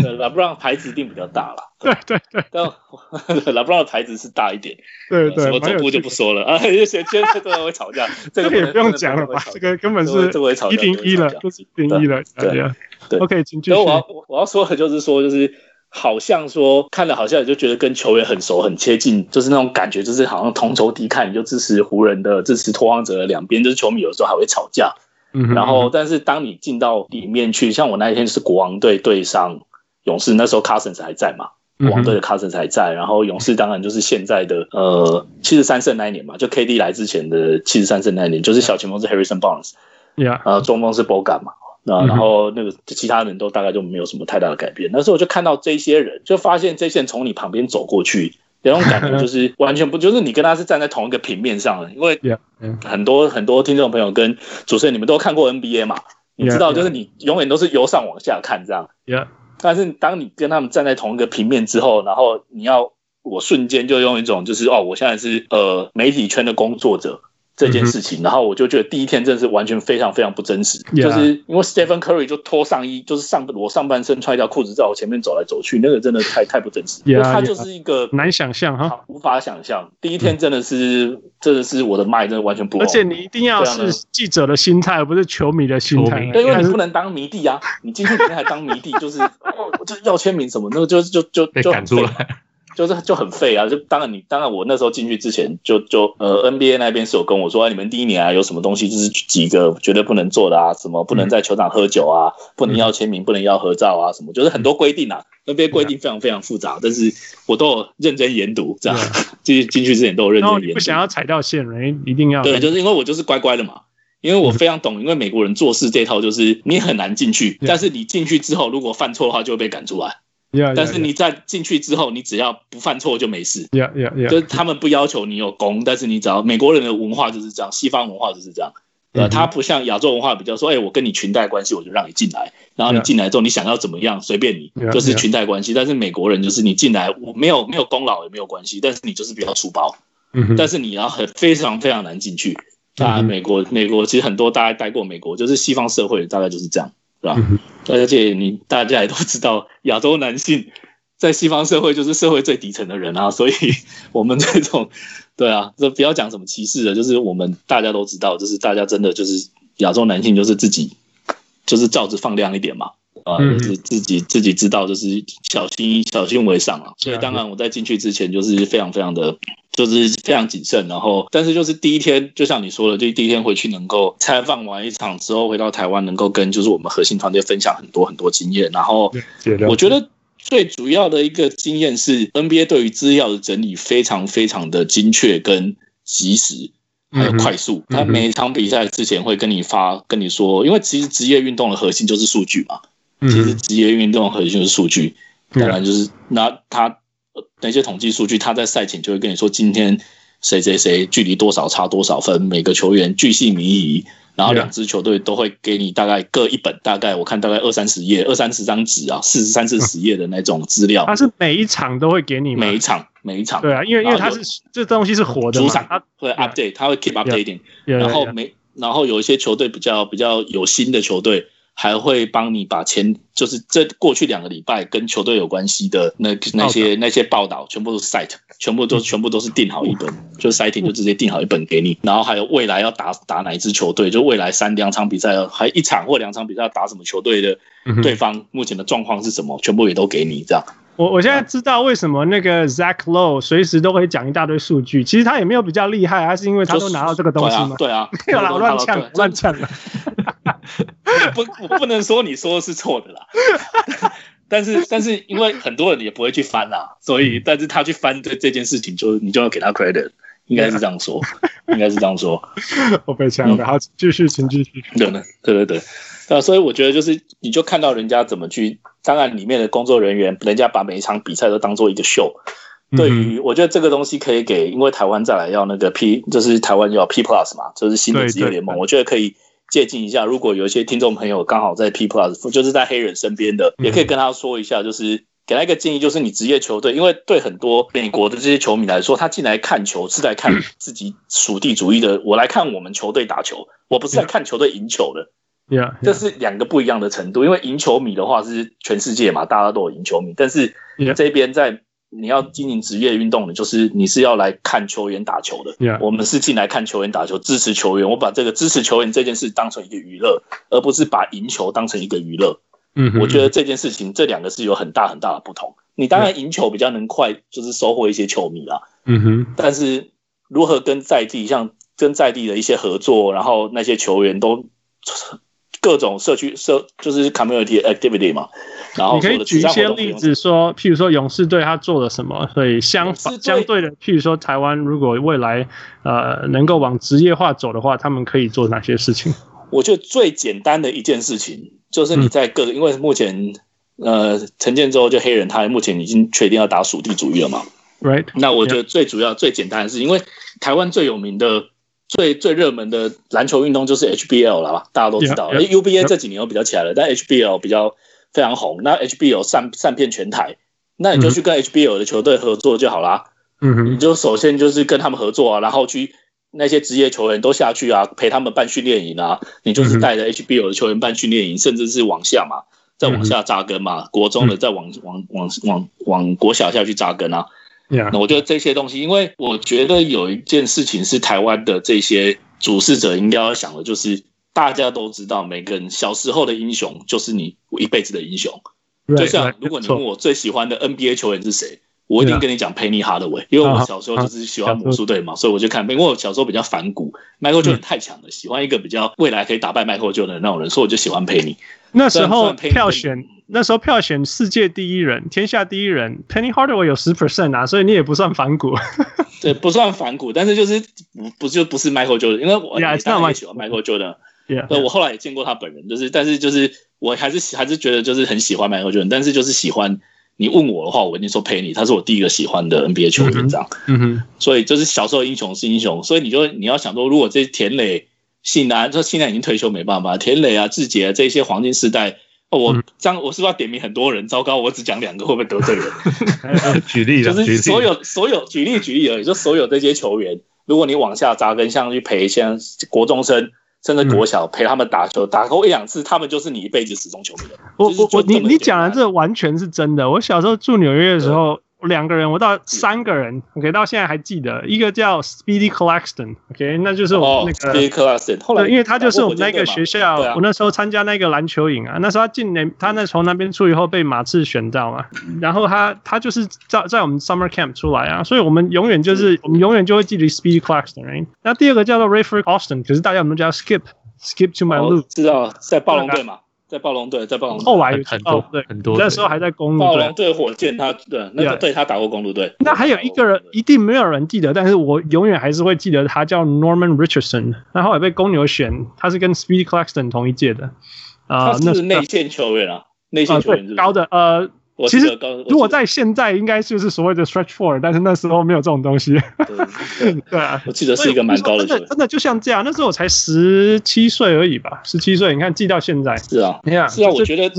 Speaker 5: 都有，拉布朗牌子一定比较大啦，
Speaker 4: 对对对
Speaker 5: 但 拉布朗的牌子是大一点，
Speaker 4: 对
Speaker 5: 什
Speaker 4: 对，蛮
Speaker 5: 么走
Speaker 4: 有
Speaker 5: 步就
Speaker 4: 趣
Speaker 5: 不
Speaker 4: 的。
Speaker 5: 说了 啊，这些这这个会 吵架，
Speaker 4: 这
Speaker 5: 这个
Speaker 4: 个也不用讲了
Speaker 5: 能
Speaker 4: 吧？这
Speaker 5: 这
Speaker 4: 个根本
Speaker 5: 这个
Speaker 4: 是
Speaker 5: 这个会吵
Speaker 4: 一
Speaker 5: 架，
Speaker 4: 零一了，就
Speaker 5: 这个会吵
Speaker 4: 是
Speaker 5: 架
Speaker 4: 一零一了。
Speaker 5: 对对
Speaker 4: yeah
Speaker 5: 对
Speaker 4: OK，请继
Speaker 5: 所以
Speaker 4: 续。
Speaker 5: 我要啊我我要说的就是说，就是好像说看了好像你就觉得跟球员很熟很贴近，就是那种感觉，就是好像同仇敌忾，你就支持湖人的，支持拓荒者的两边，就是球迷有时候还会吵架。
Speaker 4: 嗯哼
Speaker 5: 然后，但是当你进到里面去，像我那一天就是国王队对上勇士，那时候 Cousins 还在嘛，
Speaker 4: 嗯
Speaker 5: 国王队的 Cousins 还在，然后勇士当然就是现在的呃七十三胜那一年嘛，就 KD 来之前的七十三胜那一年，就是小前锋是 Harrison Barnes，
Speaker 4: ，Yeah，
Speaker 5: 呃中锋是 Boga 嘛，那
Speaker 4: 嗯哼
Speaker 5: 然后那个其他人都大概就没有什么太大的改变。那时候我就看到这些人，就发现这些人从你旁边走过去，那种感觉就是完全不就是你跟他是站在同一个平面上的，因为
Speaker 4: Yeah，
Speaker 5: 很多很多听众朋友跟主持人你们都看过 NBA 嘛，你知道
Speaker 4: Yeah，
Speaker 5: 就是你永远都是由上往下看这样。
Speaker 4: Yeah，
Speaker 5: 但是当你跟他们站在同一个平面之后，然后你要我瞬间就用一种就是哦，我现在是呃媒体圈的工作者这件事情，然后我就觉得第一天真的是完全非常非常不真实
Speaker 4: 嗯 Yeah
Speaker 5: 就是因为 Stephen Curry 就脱上衣，就是上裸上半身穿一条裤子在我前面走来走去，那个真的太太不真实
Speaker 4: Yeah，
Speaker 5: 因为他
Speaker 4: yeah
Speaker 5: 就是一个
Speaker 4: 难想象哈。
Speaker 5: 好无法想象，第一天真的是真的是我的麦真的完全不
Speaker 4: 而
Speaker 5: 好。
Speaker 4: 且你一定要
Speaker 5: 对啊
Speaker 4: 是记者的心态，而不是球迷的心态
Speaker 2: 球迷。
Speaker 5: 对，因为
Speaker 4: 但
Speaker 5: 你
Speaker 4: 是
Speaker 5: 不能当迷弟啊，你进去里面还当迷弟，就是哦，我就是要签名什么，那个就是就就
Speaker 2: 被
Speaker 5: 就
Speaker 2: 赶出
Speaker 5: 很废
Speaker 2: 来，
Speaker 5: 就是就很废啊！就当然你当然我那时候进去之前就就呃 NBA 那边是有跟我说、啊，你们第一年啊有什么东西就是几个绝对不能做的啊，什么
Speaker 2: 嗯
Speaker 5: 不能在球场喝酒啊，不能要签名，不能要合照啊，什么就是很多规定啊。
Speaker 2: 嗯
Speaker 5: NBA 规定非常非常复杂，但是我都有认真研读，这样
Speaker 2: 嗯
Speaker 5: 进去进去之前都有认
Speaker 4: 然
Speaker 5: 真
Speaker 4: 后
Speaker 5: 研读。
Speaker 4: 你不想要踩到线人，一定要
Speaker 5: 对，就是因为我就是乖乖的嘛，因为我非常懂，因为美国人做事这套就是你很难进去，
Speaker 4: 啊
Speaker 5: 但是你进去之后如果犯错的话就会被赶出来，
Speaker 4: Yeah, yeah,
Speaker 5: 但是你在进去之后你只要不犯错就没事。
Speaker 4: yeah, yeah, yeah,
Speaker 5: 就是他们不要求你有功，但是你只要美国人的文化就是这样，西方文化就是这样。
Speaker 4: 嗯
Speaker 5: 呃，
Speaker 4: 哼
Speaker 5: 他不像亚洲文化比较说，哎、我跟你裙带关系，我就让你进来，然后你
Speaker 4: Yeah
Speaker 5: 进来之后，你想要怎么样随便你
Speaker 4: Yeah，，
Speaker 5: 就是
Speaker 4: yeah
Speaker 5: 裙带关系。但是美国人就是你进来，我没有没有功劳也没有关系，但是你就是比较粗暴，
Speaker 4: 嗯哼
Speaker 5: 但是你要很非常非常难进去。
Speaker 4: 嗯
Speaker 5: 那
Speaker 4: 哼
Speaker 5: 美国美国其实很多大家待过美国，就是西方社会大概就是这样，对吧？
Speaker 4: 嗯哼
Speaker 5: 而且你大家也都知道，亚洲男性在西方社会就是社会最底层的人啊，所以我们这种，对啊， 这不要讲什么歧视了，就是我们大家都知道，就是大家真的就是亚洲男性就是自己就是罩子放亮一点嘛，啊，
Speaker 4: 嗯
Speaker 5: 就是自己自己知道，就是小心小心为上啊。所
Speaker 4: 对
Speaker 5: 以
Speaker 4: 啊
Speaker 5: 当然我在进去之前就是非常非常的。就是非常谨慎，然后但是就是第一天，就像你说的，就第一天回去能够采访完一场之后，回到台湾能够跟就是我们核心团队分享很多很多经验，然后
Speaker 4: 解了
Speaker 5: 我觉得最主要的一个经验是 NBA 对于资料的整理非常非常的精确跟及时。还有
Speaker 4: 嗯哼
Speaker 5: 快速，
Speaker 4: 嗯
Speaker 5: 他
Speaker 4: 哼
Speaker 5: 每一场比赛之前会跟你发，跟你说，因为其实职业运动的核心就是数据嘛。
Speaker 4: 嗯
Speaker 5: 其实
Speaker 4: 哼
Speaker 5: 职业运动的核心就是数据，
Speaker 4: 对啊
Speaker 5: 当然就是那他呃那些统计数据，他在赛前就会跟你说今天谁谁谁距离多少差多少分，每个球员巨细靡遗，然后
Speaker 4: Yeah
Speaker 5: 两支球队都会给你大概各一本，大概我看大概二三十页、二三十张纸啊，四十三四十页的那种资料
Speaker 4: 他，是每一场都会给你吗
Speaker 5: 每一场每一场
Speaker 4: 嗯对啊，因为因为他
Speaker 5: 然
Speaker 4: 是这东西是活的嘛，
Speaker 5: 主场
Speaker 4: 他
Speaker 5: 会
Speaker 4: Yeah
Speaker 5: update，他会 keep updating。然
Speaker 4: 然
Speaker 5: 后没，然后有一些球队比较比较有心的球队，还会帮你把前就是这过去两个礼拜跟球队有关系的那那些那些报道，全部都是 site，全部
Speaker 4: 嗯
Speaker 5: 都全部都是定好一本，就 siting 就直接定好一本给你。然后还有未来要打打哪一支球队，就未来三两场比赛，还一场或两场比赛要打什么球队的，
Speaker 4: 嗯
Speaker 5: 对方目前的状况是什么，全部也都给你这样。
Speaker 4: 我我现在知道为什么那个 Zach Low 随时都会讲一大堆数据，其实他也没有比较厉害啊，是因为他
Speaker 5: 就
Speaker 4: 都
Speaker 5: 是
Speaker 4: 拿到这个东西吗？
Speaker 5: 对啊，
Speaker 4: 没
Speaker 5: 对
Speaker 4: 有
Speaker 5: 啊，
Speaker 4: 啦，我乱呛我乱呛了。
Speaker 5: 不，我不能说你说的是错的啦。 但是，但是，因为很多人也不会去翻啦，所以，但是他去翻这这件事情就，你就要给他 credit，应该是这样说， 应该是这样说，
Speaker 4: 我被呛
Speaker 5: 嗯
Speaker 4: 了，好，继续，请继续。
Speaker 5: 对对对对对。那所以我觉得就是，你就看到人家怎么去，当然里面的工作人员，人家把每一场比赛都当做一个秀。
Speaker 4: 嗯
Speaker 5: 对于我觉得这个东西可以给，因为台湾再来要那个 P，就是台湾要 P Plus 嘛，就是新的
Speaker 4: 对
Speaker 5: 职业
Speaker 4: 对
Speaker 5: 联盟，
Speaker 4: 对
Speaker 5: 我觉得可以借鉴一下。如果有一些听众朋友刚好在 P Plus，就是在黑人身边的，
Speaker 4: 嗯
Speaker 5: 也可以跟他说一下，就是给他一个建议，就是你职业球队，因为对很多美国的这些球迷来说，他进来看球是在看自己属地主义的，我来看我们球队打球，我不是在
Speaker 4: 嗯
Speaker 5: 看球队赢球的。
Speaker 4: Yeah，
Speaker 5: 这是两个不一样的程度。因为赢球迷的话是全世界嘛，大家都有赢球迷，但是
Speaker 4: Yeah.
Speaker 5: 这边在你要经营职业运动的，就是你是要来看球员打球的。
Speaker 4: Yeah.
Speaker 5: 我们是进来看球员打球，支持球员。我把这个支持球员这件事当成一个娱乐，而不是把赢球当成一个娱乐。
Speaker 4: 嗯哼，
Speaker 5: 我觉得这件事情，这两个是有很大很大的不同。你当然赢球比较能快，就是收获一些球迷啦。
Speaker 4: 嗯哼，
Speaker 5: 但是如何跟在地像跟在地的一些合作，然后那些球员都各种社区社就是 community activity 嘛，然后
Speaker 4: 你可以
Speaker 5: 做的
Speaker 4: 举一
Speaker 5: 慈善活
Speaker 4: 些
Speaker 5: 动
Speaker 4: 例子说，譬如说勇士队他做了什么，所以相反
Speaker 5: 勇士队
Speaker 4: 相对的，譬如说台湾如果未来呃能够往职业化走的话，他们可以做哪些事情？
Speaker 5: 我觉得最简单的一件事情就是
Speaker 4: 嗯
Speaker 5: 你在各个，因为目前呃陈建州就黑人，他目前已经确定要打属地主义了嘛，
Speaker 4: Right？
Speaker 5: 那我觉得最主要、最简单的是，因为台湾最有名的、最最热门的篮球运动就是 HBL 啦，大家都知道。
Speaker 4: Yeah, yeah,
Speaker 5: UBA
Speaker 4: yeah.
Speaker 5: 这几年又比较起来了，但 HBL 比较非常红。那 HBL 散散遍全台，那你就去跟 HBL 的球队合作就好啦。
Speaker 4: 嗯
Speaker 5: 你
Speaker 4: 哼，
Speaker 5: 就首先就是跟他们合作啊，然后去那些职业球员都下去啊，陪他们办训练营啊，你
Speaker 4: 嗯
Speaker 5: 就是带着 HBL 的球员办训练营，甚至是往下嘛，再
Speaker 4: 嗯
Speaker 5: 往下扎根嘛，国中的再往往往往往国小下去扎根啊。
Speaker 4: 呀
Speaker 5: 那，我觉得这些东西，因为我觉得有一件事情是台湾的这些主事者应该要想的，就是大家都知道，每个人小时候的英雄就是你一辈子的英雄。就像如果你
Speaker 4: 错，
Speaker 5: 问我最喜欢的 NBA 球员是谁，我一定
Speaker 4: Yeah
Speaker 5: 跟你讲佩妮哈德韦，因为
Speaker 4: 啊
Speaker 5: 我
Speaker 4: 哈
Speaker 5: 小时候就是喜欢魔术队嘛，所以我就看。因为我小时候比较反骨，Michael
Speaker 4: 嗯
Speaker 5: Jordan 太强了，喜欢一个比较未来可以打败 Michael Jordan 的那种人，所以我就喜欢佩妮。
Speaker 4: 那时
Speaker 5: 虽然虽
Speaker 4: 候
Speaker 5: 然佩妮
Speaker 4: 票选那时候票选世界第一人、天下第一人，Penny Hardaway 有十 percent 啊，所以你也不算反骨。
Speaker 5: 对，不算反骨，但是就是不不就不是 Michael Jordan，因为我
Speaker 4: Yeah,
Speaker 5: 也
Speaker 4: 啊 it's
Speaker 5: 当
Speaker 4: not
Speaker 5: 然
Speaker 4: like-
Speaker 5: 也喜欢 Michael Jordan，对啊
Speaker 4: yeah.
Speaker 5: 我后来也见过他本人，就是但是就是我还是喜还是觉得就是很喜欢 Michael Jordan，但是就是喜欢你问我的话，我一定说陪你，他是我第一个喜欢的 NBA 球员这样，
Speaker 4: 嗯哼，
Speaker 5: 所以就是小时候英雄是英雄，所以你就你要想说，如果这田磊、信啊安，这信安已经退休没办法，田磊啊、志杰、啊、这些黄金时代。哦，
Speaker 4: 嗯
Speaker 5: 我这样我是不是要点名很多人？糟糕，我只讲两个会不会得罪人？
Speaker 2: 举例了，
Speaker 5: 就
Speaker 2: 举
Speaker 5: 是
Speaker 2: 例。
Speaker 5: 所有所有举例举例而已，就所有这些球员，如果你往下扎根，像去陪像国中生甚至国小、陪他们打球，打过一两次，他们就是你一辈子始终球迷了。
Speaker 4: 我
Speaker 5: 就是
Speaker 4: 我
Speaker 5: 就
Speaker 4: 我，你
Speaker 5: 这么
Speaker 4: 你
Speaker 5: 简
Speaker 4: 讲的
Speaker 5: 单
Speaker 4: 这完全是真的。我小时候住纽约的时候，两个人，我到三个人，OK，到现在还记得，一个叫 Speedy Claxton，OK，、那就是我
Speaker 5: 哦
Speaker 4: 们那个。
Speaker 5: ，Bill Claxton，后来
Speaker 4: 对，因为他就是我们那个
Speaker 5: 打过火箭
Speaker 4: 学
Speaker 5: 队
Speaker 4: 校，
Speaker 5: 嘛对啊
Speaker 4: 我那时候参加那个篮球营啊，那时候他进联，他那从那边出以后被马刺选到嘛，然后他他就是在在我们 summer camp 出来啊，所以我们永远就是、
Speaker 5: 嗯
Speaker 4: 我们永远就会记得 Speedy Clarkson、right?。那第二个叫做 Rayford Austin，可是大家有没有叫 Skip Skip to my
Speaker 5: 哦
Speaker 4: loop？、
Speaker 5: 知道在暴龙队嘛，在暴龙队，在暴龙队
Speaker 4: 啊后来有
Speaker 2: 很很多
Speaker 4: 哦对，
Speaker 2: 很多
Speaker 4: 那时候还在公路
Speaker 5: 暴
Speaker 4: 对
Speaker 5: 龙。队火箭他对那
Speaker 4: Yeah
Speaker 5: 个对他打过公路队，
Speaker 4: 那还有一个人一定没有人记得，但是我永远还是会记得他叫 Norman Richardson，他后来被公牛选，他是跟 Speedy Claxton 同一届的，啊、
Speaker 5: 他
Speaker 4: 那
Speaker 5: 是内线球员啊，内线
Speaker 4: 啊，
Speaker 5: 球员是不
Speaker 4: 对，
Speaker 5: 是
Speaker 4: 高的，呃，
Speaker 5: 我
Speaker 4: 其
Speaker 5: 记
Speaker 4: 实
Speaker 5: 得高，我记
Speaker 4: 如果
Speaker 5: 得
Speaker 4: 在现在应该就是所谓的 stretch four，但是那时候没有这种东 西，
Speaker 5: 对对
Speaker 4: 对啊。
Speaker 5: 我记得是一个蛮高的球
Speaker 4: 所以我就说真
Speaker 5: 员
Speaker 4: 的，，真的就像这样，那时候我才十七岁而已吧，十七岁，你看记到现在，
Speaker 5: 是啊，
Speaker 4: 你看，
Speaker 5: 是啊，我
Speaker 4: 就
Speaker 5: 觉得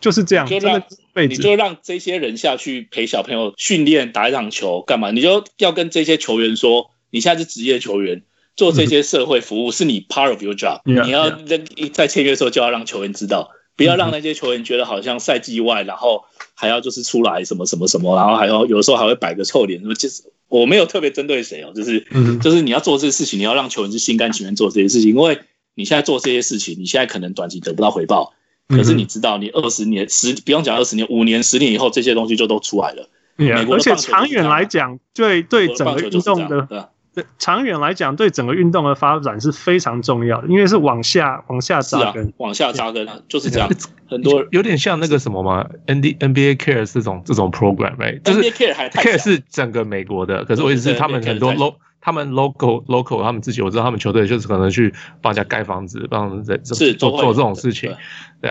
Speaker 4: 就是这样，
Speaker 5: 就
Speaker 4: 真
Speaker 5: 让
Speaker 4: 的就是一辈
Speaker 5: 你
Speaker 4: 子
Speaker 5: 就让这些人下去陪小朋友训练、打一场球，干嘛？你就要跟这些球员说，你现在是职业球员，做这些社会服务是你 part of your job。
Speaker 4: Yeah,
Speaker 5: 你要在在签约的时候就要让球员知道，不要让那些球员觉得好像赛季外，然后还要就是出来什么什么什么，然后还要有时候还会摆个臭脸。什么就是我没有特别针对谁哦，就是
Speaker 2: 嗯
Speaker 5: 就是你要做这些事情，你要让球员是心甘情愿做这些事情，因为你现在做这些事情，你现在可能短期得不到回报，
Speaker 2: 嗯哼
Speaker 5: 可是你知道，你二十年十不用讲二十年，五年、十年以后，这些东西就都出来了。
Speaker 4: Yeah，
Speaker 5: 美国
Speaker 4: 而
Speaker 5: 的
Speaker 4: 且
Speaker 5: 棒球就是
Speaker 4: 长远
Speaker 5: 这样啊
Speaker 4: 来讲，对对
Speaker 5: 我的
Speaker 4: 整
Speaker 5: 棒
Speaker 4: 个
Speaker 5: 球就
Speaker 4: 运
Speaker 5: 是这
Speaker 4: 动
Speaker 5: 样
Speaker 4: 的
Speaker 5: 对啊
Speaker 4: 对长远来讲，对整个运动的发展是非常重要的，因为是往下往下
Speaker 5: 是
Speaker 4: 扎
Speaker 5: 啊
Speaker 4: 根。，
Speaker 5: 往下扎根啊，就是这样。很多人
Speaker 2: 有点像那个什么嘛，N D N B A Care 这种这种 program，right？就是
Speaker 5: NBA care 还太
Speaker 2: Care
Speaker 5: 小
Speaker 2: 是整个美国的，可是我意思是
Speaker 5: 对
Speaker 2: 他们
Speaker 5: NBA
Speaker 2: 很多
Speaker 5: 太小
Speaker 2: lo 他们 local local 他们自己我知道他们球队就是可能去帮人家盖房子，帮人在做
Speaker 5: 是
Speaker 2: 做
Speaker 5: 都会
Speaker 2: 做
Speaker 5: 有
Speaker 2: 这种
Speaker 5: 对
Speaker 2: 事情
Speaker 5: 对，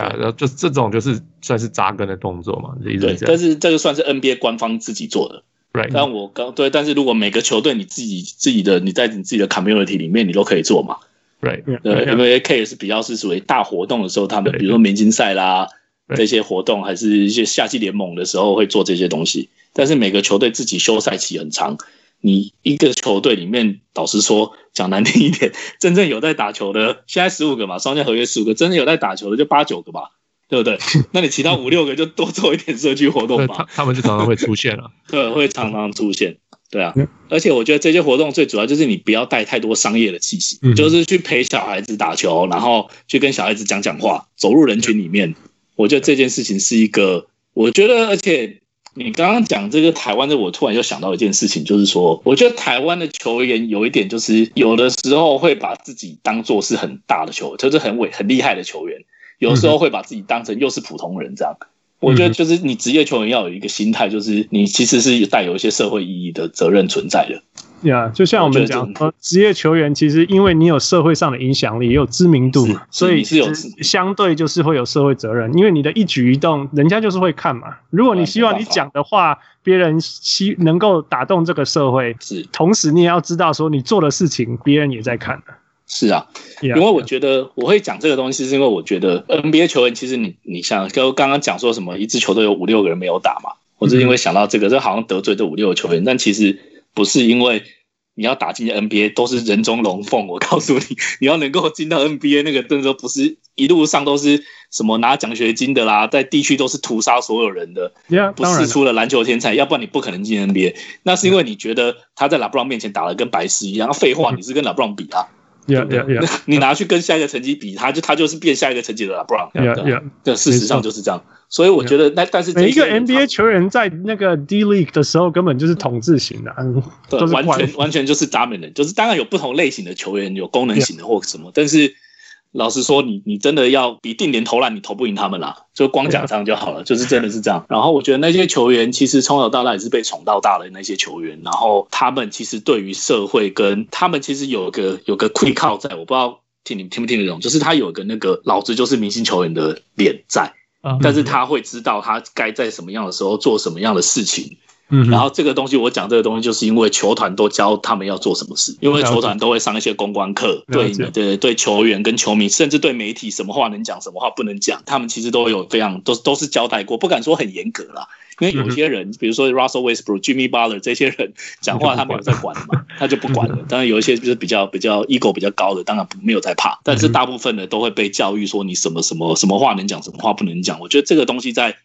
Speaker 2: 对啊，然后就这种就是算是扎根的动作嘛，意思
Speaker 5: 对，
Speaker 2: 是这
Speaker 5: 但
Speaker 2: 样
Speaker 5: 是这个算是 NBA 官方自己做的。
Speaker 2: ，right？
Speaker 5: 但我刚对，但是如果每个球队你自己自己的你在你自己的 community 里面，你都可以做嘛。
Speaker 2: Right，
Speaker 5: 啊 对
Speaker 4: Yeah，
Speaker 5: 因为 K 是比较是属于大活动的时候，他们
Speaker 2: 对
Speaker 5: 比如说明星赛啦
Speaker 2: 对
Speaker 5: 这些活动，还是一些夏季联盟的时候会做这些东西。但是每个球队自己休赛期很长，你一个球队里面，老实说讲难听一点，真正有在打球的，现在十五个嘛，双向合约十五个，真正有在打球的就八九个吧，对 不对？那你其他五六个就多做一点社区活动
Speaker 2: 对，
Speaker 5: 吧
Speaker 2: 他。他们就常常会出现啊 了，
Speaker 5: 对，会常常出现。对啊
Speaker 4: 嗯，
Speaker 5: 而且我觉得这些活动最主要就是你不要带太多商业的气息，
Speaker 4: 嗯
Speaker 5: 就是去陪小孩子打球，然后去跟小孩子讲讲话，走入人群里面。我觉得这件事情是一个，我觉得，而且你刚刚讲这个台湾的，我突然又想到一件事情，就是说，我觉得台湾的球员有一点就是，有的时候会把自己当做是很大的球员，就是很伟很厉害的球员，有
Speaker 4: 嗯
Speaker 5: 时候会把自己当成又是普通人这样。我觉得就是你职业球员要有一个心态，就是你其实是带有一些社会意义的责任存在的。
Speaker 4: 呀就像我们
Speaker 5: 我觉得
Speaker 4: 讲
Speaker 5: 这
Speaker 4: 说，职业球员其实因为你有社会上的影响力，也有知名度
Speaker 5: 是
Speaker 4: 嘛，所以
Speaker 5: 你是有
Speaker 4: 其实相对就是会有社会责任，因为你的一举一动，人家就是会看嘛。如果你
Speaker 5: 对啊
Speaker 4: 希望
Speaker 5: 没
Speaker 4: 你
Speaker 5: 办法
Speaker 4: 讲的话，别人希能够打动这个社会，
Speaker 5: 是
Speaker 4: 同时你也要知道说你做的事情，别人也在看的。
Speaker 5: 是啊，
Speaker 4: 因
Speaker 5: 因为我觉得我会讲这个东西，是因为我觉得 NBA 球员其实你你像就刚刚讲说什么一支球队有五六个人没有打嘛，我是因
Speaker 4: 嗯
Speaker 5: 为想到这个，这好像得罪这五六个球员，但其实不是因为你要打进 NBA 都是人中龙凤，我告诉你，你要能够进到 NBA 那个，真的不是一路上都是什么拿奖学金的啦，在地区都是屠杀所有人的，
Speaker 4: 呀，
Speaker 5: 不
Speaker 4: 当然
Speaker 5: 是
Speaker 4: 了
Speaker 5: 出了篮球天才，要不然你不可能进 NBA。那是因为你觉得他在拉布朗面前打的跟白痴一样，啊废话，
Speaker 4: 嗯
Speaker 5: 你是跟拉布朗比啊，
Speaker 4: 呀呀 呀
Speaker 5: 你拿去跟下一个成绩比，他就他就是变下一个成绩的拉布朗。
Speaker 4: 呀呀。
Speaker 5: 对，啊事实上就是这样。所以我觉得那但是这
Speaker 4: 每一个
Speaker 5: 些人
Speaker 4: NBA
Speaker 5: 他
Speaker 4: 球员在那个 D League 的时候，根本就是统治型的，嗯
Speaker 5: 对
Speaker 4: 都是
Speaker 5: 完
Speaker 4: 怪物
Speaker 5: 全完全就是 dominant，就是当然有不同类型的球员，有功能型的或什么，但是老实说，你你真的要比定点投篮，你投不赢他们啦，就光讲这样就好了，就是真的是这样。然后我觉得那些球员其实从小到大也是被宠到大的那些球员，然后他们其实对于社会跟他们其实有个有个愧靠在，我不知道听你听不听得懂，就是他有个那个老子就是明星球员的脸在，
Speaker 4: 啊，
Speaker 5: 但是他会知道他该在什么样的时候做什么样的事情，
Speaker 4: 嗯哼，
Speaker 5: 然后这个东西，我讲这个东西，就是因为球团都教他们要做什么事，因为球团都会上一些公关课，
Speaker 4: 了
Speaker 5: 对
Speaker 4: 解
Speaker 5: 你对对球员跟球迷，甚至对媒体，什么话能讲，什么话不能讲，他们其实都有非常都都是交代过，不敢说很严格啦。因为有些人，
Speaker 4: 嗯
Speaker 5: 比如说 Russell Westbrook、Jimmy Butler 这些人讲话，他们有在管 嘛，他就不管了。当然有一些就是比较比较 ego 比较高的，当然不没有在怕，但
Speaker 4: 嗯
Speaker 5: 是大部分的都会被教育说你什么什么什么话能讲，什么话不能讲。我觉得这个东西在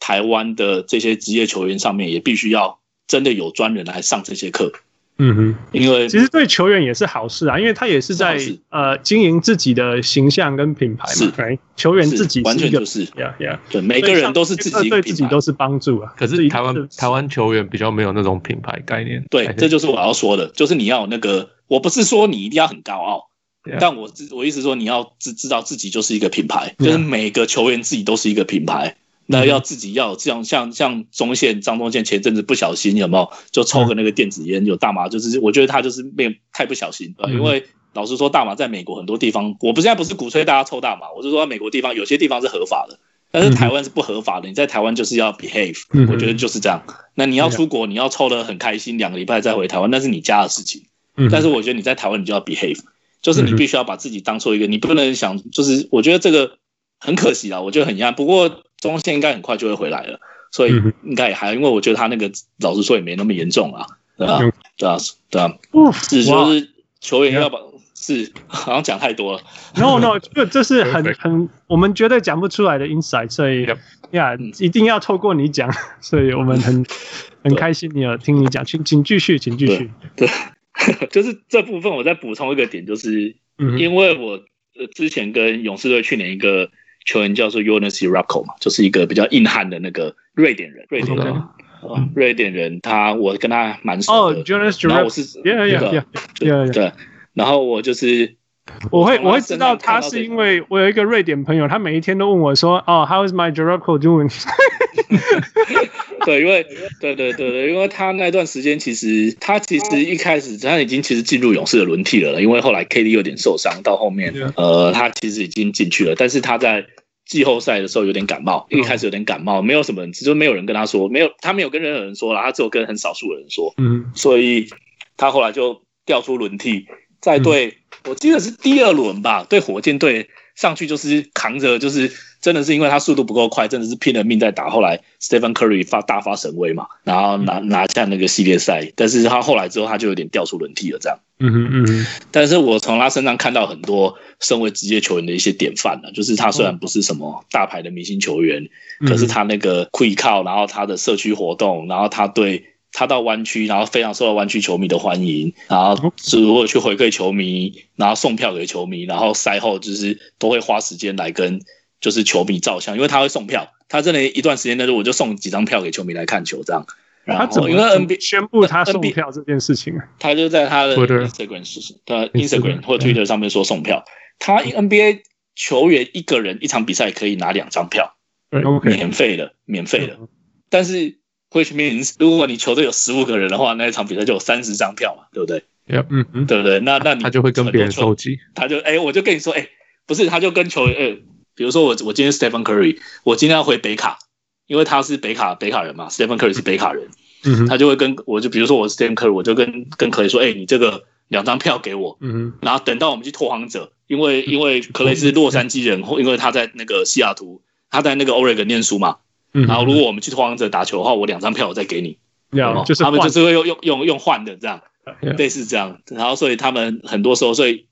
Speaker 5: 台湾的这些职业球员上面也必须要真的有专人来上这些课，
Speaker 4: 嗯哼。
Speaker 5: 因为
Speaker 4: 其实对球员也是好事啊，因为他也是在
Speaker 5: 是好事
Speaker 4: 呃经营自己的形象跟品牌嘛
Speaker 5: 是
Speaker 4: ，right？球员自己
Speaker 5: 是完
Speaker 4: 是一
Speaker 5: 全
Speaker 4: 个
Speaker 5: 就是
Speaker 4: 呀呀，
Speaker 5: 对每个人都是自
Speaker 4: 所以
Speaker 5: 己
Speaker 4: 上对自
Speaker 5: 品
Speaker 4: 己
Speaker 5: 牌
Speaker 4: 都。是帮助啊。
Speaker 2: 可
Speaker 4: 自
Speaker 2: 是
Speaker 4: 己
Speaker 2: 台湾台湾球员比较没有那种品牌概念，
Speaker 5: 对，这就是我要说的，就是你要有那个，我不是说你一定要很高傲
Speaker 2: Yeah.，
Speaker 5: 但我知我意思说你要知知道自己就是一个品牌，
Speaker 4: Yeah.
Speaker 5: 就是每个球员自己都是一个品牌。那
Speaker 4: 嗯
Speaker 5: 要自己要有这样，像像中线张中线前阵子不小心有没有就抽个那个电子烟，有大麻，就是我觉得他就是没太不小心，呃
Speaker 2: 嗯
Speaker 5: 因为老实说，大麻在美国很多地方，我不是现在不是鼓吹大家抽大麻，我是说美国地方有些地方是合法的，但是台湾是不合法的，你在台湾就是要 behave，
Speaker 4: 嗯哼
Speaker 5: 我觉得就是这样。那你要
Speaker 4: 对啊
Speaker 5: 出国，你要抽的很开心，两个礼拜再回台湾，那是你家的事情。但是我觉得你在台湾，你就要 behave，就是
Speaker 4: 嗯
Speaker 5: 你
Speaker 4: 哼
Speaker 5: 必须要把自己当做一个，你不能想，就是我觉得这个很可惜啦，我觉得很遗憾。不过中线应该很快就会回来了，所以
Speaker 4: 嗯哼
Speaker 5: 应该也还好，因为我觉得他那个老实说也没那么严重啊，对吧、
Speaker 4: 嗯
Speaker 5: 对啊，对啊，
Speaker 4: 哇
Speaker 5: 是就是球员要把是好像讲太多了，
Speaker 4: No No，这这是很
Speaker 2: Perfect
Speaker 4: 很我们绝对讲不出来的 insight，所以
Speaker 2: Yep
Speaker 4: 呀
Speaker 5: 嗯，
Speaker 4: 一定要透过你讲， 所以我们 很很
Speaker 5: 对
Speaker 4: 开心你有听你讲，请请继续，请继续。
Speaker 5: 就是这部分我再补充一个点，就是
Speaker 4: 嗯哼
Speaker 5: 因为我呃之前跟勇士队去年一个球员叫做 Jonas r a k o 嘛，就是一个比较硬汉的那个瑞典人，瑞典人，
Speaker 2: 嗯
Speaker 5: 哦瑞典人，他我跟他蛮熟
Speaker 4: 哦
Speaker 5: 的。
Speaker 4: ，Jonas
Speaker 5: 然后我
Speaker 4: Jurek，
Speaker 5: 是
Speaker 4: yeah
Speaker 5: 那
Speaker 4: yeah
Speaker 5: 个
Speaker 4: yeah yeah，yeah
Speaker 5: 对，然后我就是
Speaker 4: 我会
Speaker 5: 从他
Speaker 4: 我会知道
Speaker 5: 身上看
Speaker 4: 他
Speaker 5: 到
Speaker 4: 是
Speaker 5: 这
Speaker 4: 因为我有一个瑞典朋友，他每一天都问我说，哦，How's my Jurek doing？
Speaker 5: 对，因为对对对对，因为他那段时间其实他其实一开始他已经其实进入勇士的轮替了啦，因为后来 KD 有点受伤，到后面
Speaker 4: Yeah.
Speaker 5: 呃他其实已经进去了，但是他在季后赛的时候有点感冒，一开始有点感冒，没有什么人，就是没有人跟他说，没有他没有跟任何人说了，他只有跟很少数的人说，
Speaker 4: 嗯
Speaker 5: 所以他后来就调出轮替，再对、我记得是第二轮吧，对火箭队上去就是扛着，就是真的是因为他速度不够快，真的是拼了命在打。后来 Stephen Curry 发大发神威嘛，然后拿拿下那个系列赛，但是他后来之后他就有点调出轮替了这样。
Speaker 4: 嗯哼嗯哼
Speaker 5: 但是我从他身上看到很多身为职业球员的一些典范了、就是他虽然不是什么大牌的明星球员，
Speaker 4: 嗯
Speaker 5: 可是他那个会靠，然后他的社区活动，然后他对他到湾区，然后非常受到湾区球迷的欢迎，然后如果去回馈球迷，然后送票给球迷，然后赛后就是都会花时间来跟就是球迷照相，因为他会送票，他真的一段时间内我就送几张票给球迷来看球这样。然
Speaker 4: 他怎
Speaker 5: 后
Speaker 4: 么
Speaker 5: 因为 NBA
Speaker 4: 宣布他送
Speaker 5: NBA
Speaker 4: 票这件事情啊？
Speaker 5: 他就在他的
Speaker 2: Twitter
Speaker 5: Instagram 是他
Speaker 2: Instagram，
Speaker 5: Instagram 或 Twitter 上面说送票，他 NBA 球员一个人一场比赛可以拿两张票，
Speaker 2: 对
Speaker 4: OK，
Speaker 5: 免费的，免费的。但是 which means 如果你球队有十五个人的话，那一场比赛就有三十张票嘛，对不对？
Speaker 4: 嗯嗯
Speaker 5: 对不对？那那你
Speaker 2: 他就会跟别人
Speaker 5: 很多
Speaker 2: 收
Speaker 5: 球，
Speaker 2: 集，
Speaker 5: 他就哎、我就跟你说，哎、不是，他就跟球员，哎、比如说我我今天 Stephen Curry，我今天要回北卡，因为他是北卡北卡人嘛，Stephen Curry 是北卡人，
Speaker 4: 嗯哼
Speaker 5: 他就会跟我就比如说我是 Stephen Curry，我就跟跟可以说，哎、你这个两张票给我，
Speaker 4: 嗯
Speaker 5: 然后等到我们去拓荒者，因为因为克雷是洛杉矶人， 因为他在那个西雅图，他在那个 Oregon 念书嘛，
Speaker 4: 嗯，
Speaker 5: 然后如果我们去拓荒者打球的话，我两张票我再给你，
Speaker 4: 要嗯
Speaker 5: 哦
Speaker 4: 就是
Speaker 5: 他们
Speaker 4: 换
Speaker 5: 就是会用用用用换的这样
Speaker 2: Yeah，
Speaker 5: 类似这样，然后所以他们很多时候，所以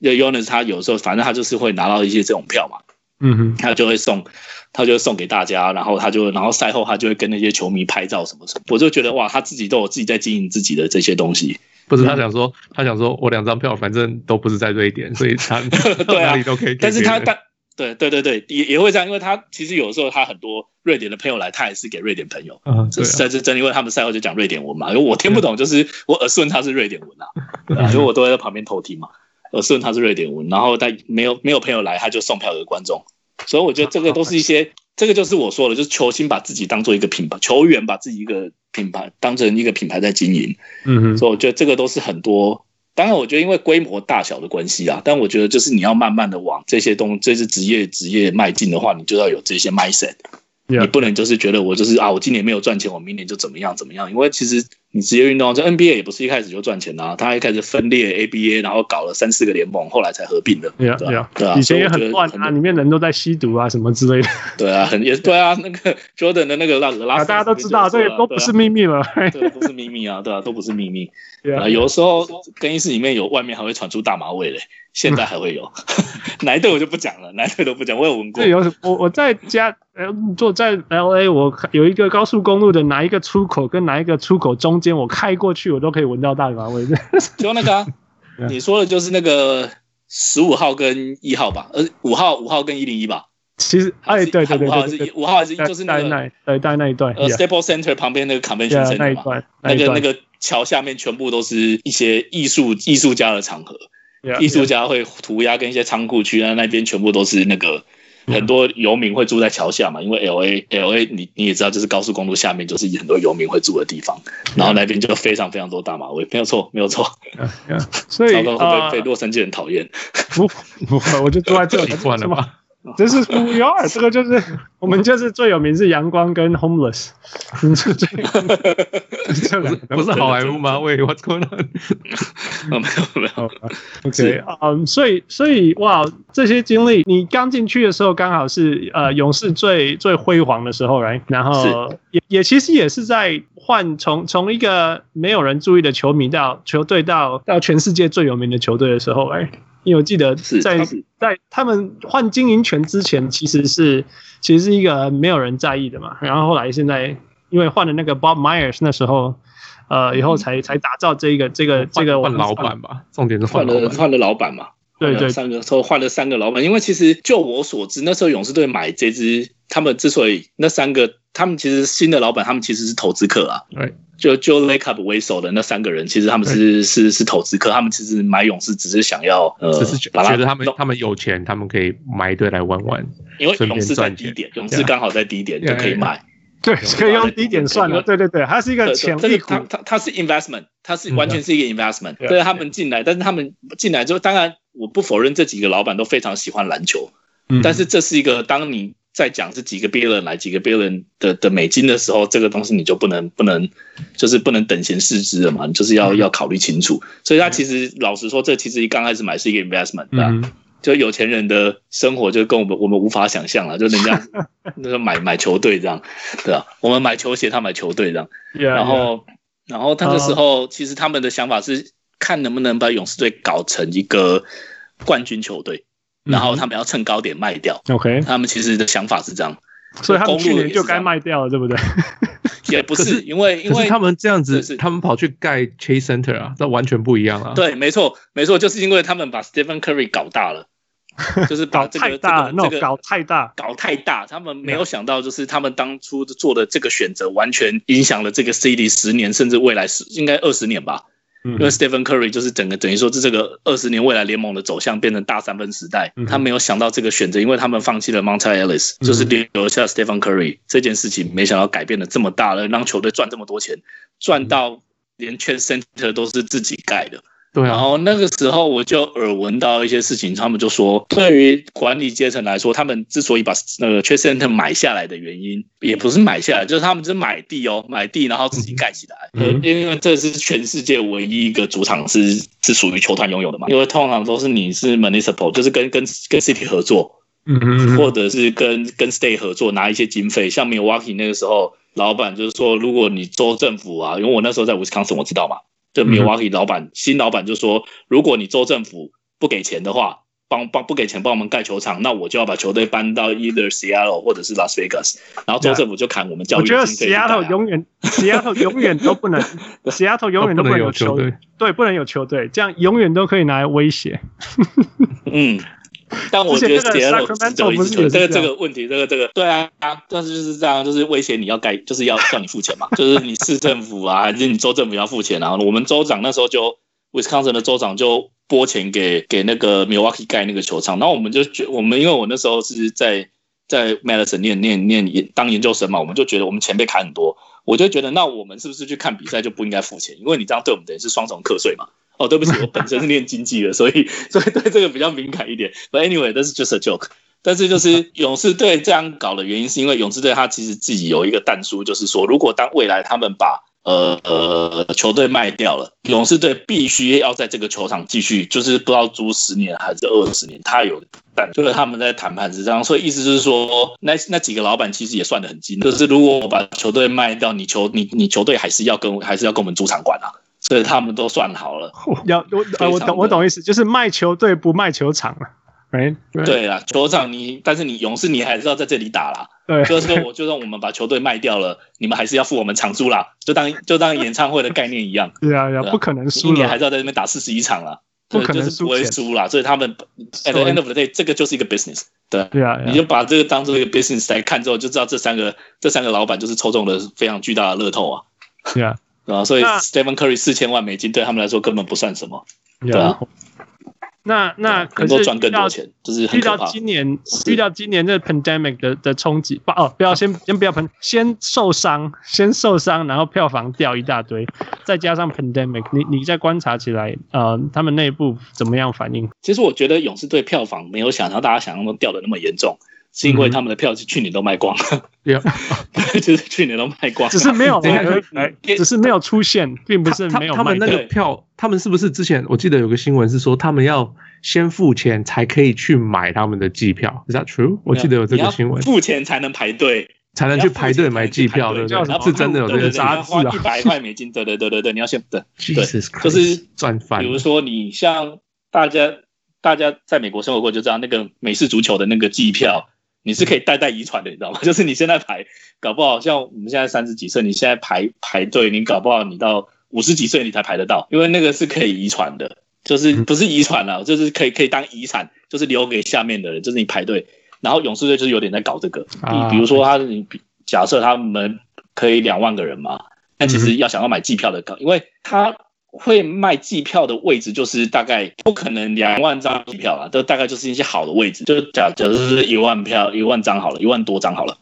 Speaker 5: Jonas 他有时候反正他就是会拿到一些这种票嘛，
Speaker 4: 嗯哼
Speaker 5: 他就会送，他就会送给大家，然后他就然后赛后他就会跟那些球迷拍照什么什么，我就觉得哇，他自己都有自己在经营自己的这些东西，
Speaker 2: 不是他想说他想说我两张票反正都不是在瑞典，所以 他
Speaker 5: 对啊
Speaker 2: 哪里都可以给别人，
Speaker 5: 但是他他对对对对也也会这样，因为他其实有时候他很多瑞典的朋友来，他也是给瑞典朋友。
Speaker 2: 嗯
Speaker 5: 这
Speaker 2: 对啊
Speaker 5: 这是真的，因为他们赛后就啊讲瑞典文嘛，因为我听不懂，就是我耳顺他是瑞典文啊，对啊因为我都会在旁边偷听嘛。呃，虽然他是瑞典文，然后他没有没有朋友来，他就送票给观众。所以我觉得这个都是一些，这个就是我说的，就是球星把自己当做一个品牌，球员把自己一个品牌当成一个品牌在经营。
Speaker 4: 嗯哼，
Speaker 5: 所以我觉得这个都是很多。当然，我觉得因为规模大小的关系啊，但我觉得就是你要慢慢的往这些东这些职业职业迈进的话，你就要有这些 mindset。你
Speaker 4: Yeah
Speaker 5: 不能就是觉得我就是啊，我今年没有赚钱，我明年就怎么样怎么样。因为其实你职业运动啊这 NBA 也不是一开始就赚钱啊，它一开始分裂 ABA，然后搞了三四个联盟，后来才合并的。
Speaker 4: ，Yeah
Speaker 5: 对啊
Speaker 4: Yeah，
Speaker 5: 对啊，
Speaker 4: 以前也
Speaker 5: 所
Speaker 4: 很
Speaker 5: 以我觉
Speaker 4: 乱
Speaker 5: 得
Speaker 4: 啊，里面人都在吸毒啊什么之类的
Speaker 5: 对啊，很也对啊，那个 Jordan 的那个拉拉
Speaker 4: 啊，
Speaker 5: 手
Speaker 4: 大家都知道，这
Speaker 5: 就是
Speaker 4: 也
Speaker 5: 啊
Speaker 4: 都不是秘密了。
Speaker 5: 对啊，这个不是秘密啊，对啊，都不是秘密。
Speaker 4: 对
Speaker 5: 啊，
Speaker 4: 啊，
Speaker 5: 有的时候更衣室里面有，外面还会传出大麻味嘞，现在还会有， 哪一队我就不讲了，哪一队都不讲，我有闻过
Speaker 4: 这。有我我在家呃，坐在 L A，我看有一个高速公路的哪一个出口跟哪一个出口中间，我开过去，我都可以闻到大麻味。
Speaker 5: 就那个、啊
Speaker 4: Yeah，
Speaker 5: 你说的就是那个十五号跟一号吧，呃，五号五号跟一零一吧，
Speaker 4: 其实，哎，对对对
Speaker 5: 五号还啊是
Speaker 4: 对对，
Speaker 5: 五号还是就是那
Speaker 4: 在
Speaker 5: 个
Speaker 4: 那对在那一段
Speaker 5: 呃
Speaker 4: yeah，
Speaker 5: Staple Center 旁边那个 Convention
Speaker 4: ，yeah，那一
Speaker 5: Center 嘛，
Speaker 4: 段，
Speaker 5: 那
Speaker 4: 一
Speaker 5: 个那
Speaker 4: 段，
Speaker 5: 个桥下面全部都是一些艺术艺术家的场合。艺术家会涂鸦跟一些仓库区啊，那边全部都是那个
Speaker 4: 嗯
Speaker 5: 很多游民会住在桥下嘛，因为 L A L A 你你也知道，就是高速公路下面就是很多游民会住的地方，然后那边就非常非常多大马威，没有错，没有错，
Speaker 4: Yeah，yeah，yeah，所 以
Speaker 5: 糟糕会不
Speaker 4: 啊
Speaker 5: 会，被洛杉矶人讨 厌？
Speaker 4: 不不会，我就住在这 里
Speaker 2: 习惯了吧？
Speaker 4: 这是 w e are，这个就是我们就是最有名是阳光跟 homeless，嗯这最这两个
Speaker 2: 不是好莱坞吗？喂，What's going on？
Speaker 5: 啊，没有没有，
Speaker 4: 好 吧，OK，嗯，所以所以哇，这些经历，你刚进去的时候刚好是呃勇士最最辉煌的时候，right？然后
Speaker 5: 是
Speaker 4: 也也其实也是在换从从一个没有人注意的球迷到球队到到全世界最有名的球队的时候，right？因为我记得
Speaker 5: 是
Speaker 4: 在
Speaker 5: 他是
Speaker 4: 在他们换经营权之前，其实是其实是一个没有人在意的嘛。然后后来现在因为换了那个 Bob Myers，那时候呃以后才才打造这一个这个这个
Speaker 2: 换
Speaker 4: 网
Speaker 2: 老
Speaker 4: 上
Speaker 2: 板吧，重点是换
Speaker 5: 换
Speaker 2: 老
Speaker 5: 了
Speaker 2: 板。
Speaker 5: 换了老板嘛，
Speaker 4: 对对
Speaker 5: 呃三个时候换了三个老板，因为其实就我所知，那时候勇士队买这支，他们之所以那三个，他们其实新的老板，他们其实是投资客啊。
Speaker 2: 对，
Speaker 5: 就就 l a k e up 为首的那三个人，其实他们是是是投资客，他们其实买勇士只是想要呃，
Speaker 2: 只是觉
Speaker 5: 把它
Speaker 2: 觉得他们
Speaker 5: 弄
Speaker 2: 他们有钱，他们可以买一堆来玩玩。
Speaker 5: 因为
Speaker 2: 顺便
Speaker 5: 勇士在
Speaker 2: 赚
Speaker 5: 低
Speaker 2: 钱
Speaker 5: 点，勇
Speaker 2: 对
Speaker 5: 士
Speaker 2: 啊
Speaker 5: 刚好在低点就可以买。
Speaker 4: 对，可以用
Speaker 5: 对
Speaker 4: 低点算的，对对对，它是一个
Speaker 5: 呃
Speaker 4: 潜
Speaker 5: 这
Speaker 4: 力
Speaker 5: 个
Speaker 4: 股
Speaker 5: 它，它它是 investment，它是
Speaker 2: 嗯
Speaker 5: 完全是一个 investment。
Speaker 4: 对啊
Speaker 5: 对他们进来，但是他们进来之后，当然我不否认这几个老板都非常喜欢篮球，
Speaker 2: 嗯
Speaker 4: 嗯
Speaker 5: 但是这是一个当你在讲是几个 billion 来几个 billion 的的美金的时候，这个东西你就不能不能就是不能等闲视之了嘛，你就是要要考虑清楚。所以他其实老实说，这其实刚开始买是一个 investment 的啊、
Speaker 4: 嗯
Speaker 5: 就有钱人的生活就跟我们我们无法想象了，就人家那个买买球队这样，对啊，我们买球鞋，他买球队这样。
Speaker 4: ，yeah，
Speaker 5: 然后，然后他那时候其实他们的想法是看能不能把勇士队搞成一个冠军球队，然后他们要趁高点卖掉。
Speaker 4: yeah OK，
Speaker 5: 他们其实的想法是这样，
Speaker 4: 所以他们去
Speaker 5: 公路
Speaker 4: 年
Speaker 5: 也是
Speaker 4: 就该
Speaker 5: 这样
Speaker 4: 卖掉了，对不对？
Speaker 5: 也不
Speaker 2: 可是
Speaker 5: 是因为因
Speaker 2: 可
Speaker 5: 为
Speaker 2: 是他们这样
Speaker 5: 这
Speaker 2: 子，
Speaker 5: 是
Speaker 2: 他们跑去盖 Chase Center 啊，这完全不一样啊。，
Speaker 5: 对，没错没错，就是因为他们把 Stephen Curry 搞 大了，就是把
Speaker 4: 搞
Speaker 5: 这个
Speaker 4: 太大，
Speaker 5: 这个
Speaker 4: 那
Speaker 5: 这
Speaker 4: 种
Speaker 5: 个
Speaker 4: 搞太大，
Speaker 5: 搞太大，他们没有想到，就是他们当初做的这个选择，完全影响了这个 CD 十年，甚至未来十应该二十年吧。
Speaker 2: 嗯
Speaker 4: 因
Speaker 5: 因为 Stephen Curry 就是整个等于说是这个二十年未来联盟的走向变成大三分时代
Speaker 4: 嗯哼，
Speaker 5: 他没有想到这个选择，因为他们放弃了 Monte Ellis，
Speaker 4: 嗯
Speaker 5: 就是留下 Stephen Curry 这件事情，没想到改变的这么大了，让球队赚这么多钱，赚到连 c Center 都是自己盖的。
Speaker 2: 对
Speaker 5: 然
Speaker 2: 啊，
Speaker 5: 后那个时候我就耳闻到一些事情，他们就说，对于管理阶层来说，他们之所以把那个 Chase Center 买下来的原因，也不是买下来，就是他们是买地哦，买地然后自己盖起来。
Speaker 2: 嗯
Speaker 5: 呃因为这是全世界唯一一个主场是是属于球团拥有的嘛，因为通常都是你是 municipal，就是跟跟跟 city 合作，
Speaker 4: 嗯嗯
Speaker 5: 或者是跟跟 Stay 合作拿一些经费，像 Milwaukee 那个时候，老板就是说，如果你州政府啊，因为我那时候在 Wisconsin，我知道嘛，就
Speaker 4: 嗯
Speaker 5: Milwaukee 老板、新老板就说，如果你州政府不给钱的话，帮帮不给钱帮我们盖球场，那我就要把球队搬到 either Seattle 或者是 Las Vegas，然后州政府就砍我们教
Speaker 4: 我
Speaker 5: 育
Speaker 4: 觉得
Speaker 5: 经费去盖啊、
Speaker 4: Seattle 永远，Seattle 永远都 不能，Seattle 永远都
Speaker 2: 不
Speaker 4: 不
Speaker 2: 能
Speaker 4: 能有
Speaker 2: 有球
Speaker 4: 球
Speaker 2: 队，
Speaker 4: 对，不能有球队，这样永远都可以拿来威胁。
Speaker 5: 嗯，但我觉得
Speaker 4: 之前
Speaker 5: s
Speaker 4: 那
Speaker 5: l
Speaker 4: 个
Speaker 5: o 只有一
Speaker 4: Sacramento
Speaker 5: 支球
Speaker 4: 不是也是
Speaker 5: 队，这个
Speaker 4: 这样
Speaker 5: 这个问题，这个这个对啊，但是就是这样，就是威胁你要盖， 就是要叫你付钱嘛，就是你市政府啊，还是你州政府要付钱啊。我们州长那时候就 Wisconsin 的州长就拨钱给给那个 Milwaukee 盖那个球场，然后我们就觉我们因为我那时候是在在 Madison 念念念研当研究生嘛，我们就觉得我们钱被砍很多，我就觉得那我们是不是去看比赛就不应该付钱？因为你这样对我们等于是双重课税嘛。哦，对不起，我本身是念经济的，所 以所以对这个比较敏感一点。But anyway，这是 just a joke。但是就是勇士队这样搞的原因，是因为勇士队他其实自己有一个弹书，就是说，如果当未来他们把呃呃球队卖掉了，勇士队必须要在这个球场继续，就是不知道租十年还是二十年，他有但就是他们在谈判是这样，所以意思就是说，那那几个老板其实也算得很精，就是如果我把球队卖掉，你球你你球队还是要跟还是要跟我们租场馆啊，所以他们都算好了。
Speaker 4: 要我呃我
Speaker 5: 哦非常的
Speaker 4: 懂我懂意思，就是卖球队不卖球场了，right？
Speaker 5: 对啦，球场你，但是你勇士你还是要在这里 打啦。
Speaker 4: 对
Speaker 5: 就是说，我就算我们把球队卖掉了，你们还是要付我们场租啦，就当就当演唱会的概念一样，
Speaker 4: 对啊，呀，
Speaker 5: 对啊
Speaker 4: 不可能
Speaker 5: 你一
Speaker 4: 输
Speaker 5: 年还
Speaker 4: 了，
Speaker 5: 是要在那边打四十一场啦，
Speaker 4: 不可能
Speaker 5: 就是不会
Speaker 4: 输
Speaker 5: 输啦。所以他们 at the end of the day，这个就是一个 business，对。
Speaker 4: 对啊，
Speaker 5: 你
Speaker 4: 呀
Speaker 5: 就把这个当做一个 business 来看之后，就知道这三个这三个老板就是抽中了非常巨大的乐透啊，
Speaker 4: 对啊，
Speaker 5: 对吧？所以
Speaker 4: 那
Speaker 5: Stephen Curry 四千万美金对他们来说根本不算什么，
Speaker 4: 对
Speaker 5: 啊。
Speaker 4: 那那可
Speaker 5: 能
Speaker 4: 是
Speaker 5: 够赚更
Speaker 4: 遇到
Speaker 5: 多钱，就是很
Speaker 4: 遇
Speaker 5: 可
Speaker 4: 到
Speaker 5: 怕。
Speaker 4: 今年遇到今年这 pandemic 的的冲击，不哦，不要 先先不要喷，先受伤，先受伤，然后票房掉一大堆，再加上 pandemic，你你再观察起来，呃，他们内部怎么样反应？
Speaker 5: 其实我觉得勇士队票房没有想到大家想象中掉的那么严重，是因为他们的票是去年都卖光 了，
Speaker 2: 啊
Speaker 5: 就是去年都卖光了，
Speaker 4: 只是没有
Speaker 2: 等一下
Speaker 4: 来而已，只是没有出现，并不是
Speaker 2: 哎他
Speaker 4: 没有
Speaker 2: 他
Speaker 4: 卖
Speaker 2: 们那
Speaker 4: 掉。
Speaker 2: 个票，他们是不是之前我记得有个新闻是说他们要先付钱才可以去买他们的机票？Is that true？我记得有这
Speaker 5: 你
Speaker 2: 个
Speaker 5: 要
Speaker 2: 新闻，
Speaker 5: 付钱才能排队，
Speaker 2: 才能去排队买机票，对
Speaker 5: 对
Speaker 2: 不
Speaker 4: 叫什么
Speaker 2: 对？是真的有这
Speaker 5: 对
Speaker 2: 个
Speaker 5: 对对，你
Speaker 2: 杂
Speaker 5: 要
Speaker 2: 志
Speaker 5: 花
Speaker 2: 啊
Speaker 5: 一百块美金，对对对对对，你要先对。
Speaker 2: ，Jesus Christ，
Speaker 5: 就是
Speaker 2: 赚翻
Speaker 5: 比如
Speaker 2: 了。
Speaker 5: 说，你像大家大家在美国生活过就知道，那个美式足球的那个季票，你是可以代代遗传的，你知道吗？ 就是你现在排，搞不好像我们现在三十几岁，你现在排排队，你搞不好你到五十几岁你才排得到，因为那个是可以遗传的，就是不是遗传了，就是可以可以当遗产，就是留给下面的人，就是你排队。然后勇士队就是有点在搞这个，
Speaker 2: 啊
Speaker 5: 你比如说他，你比假设他们可以两万个人嘛，但其实要想要买季票的高，因为他会卖季票的位置就是大概不可能两万张季票啦，都大概就是一些好的位置，就是假假设是一万票一万张好了，一万多张好了，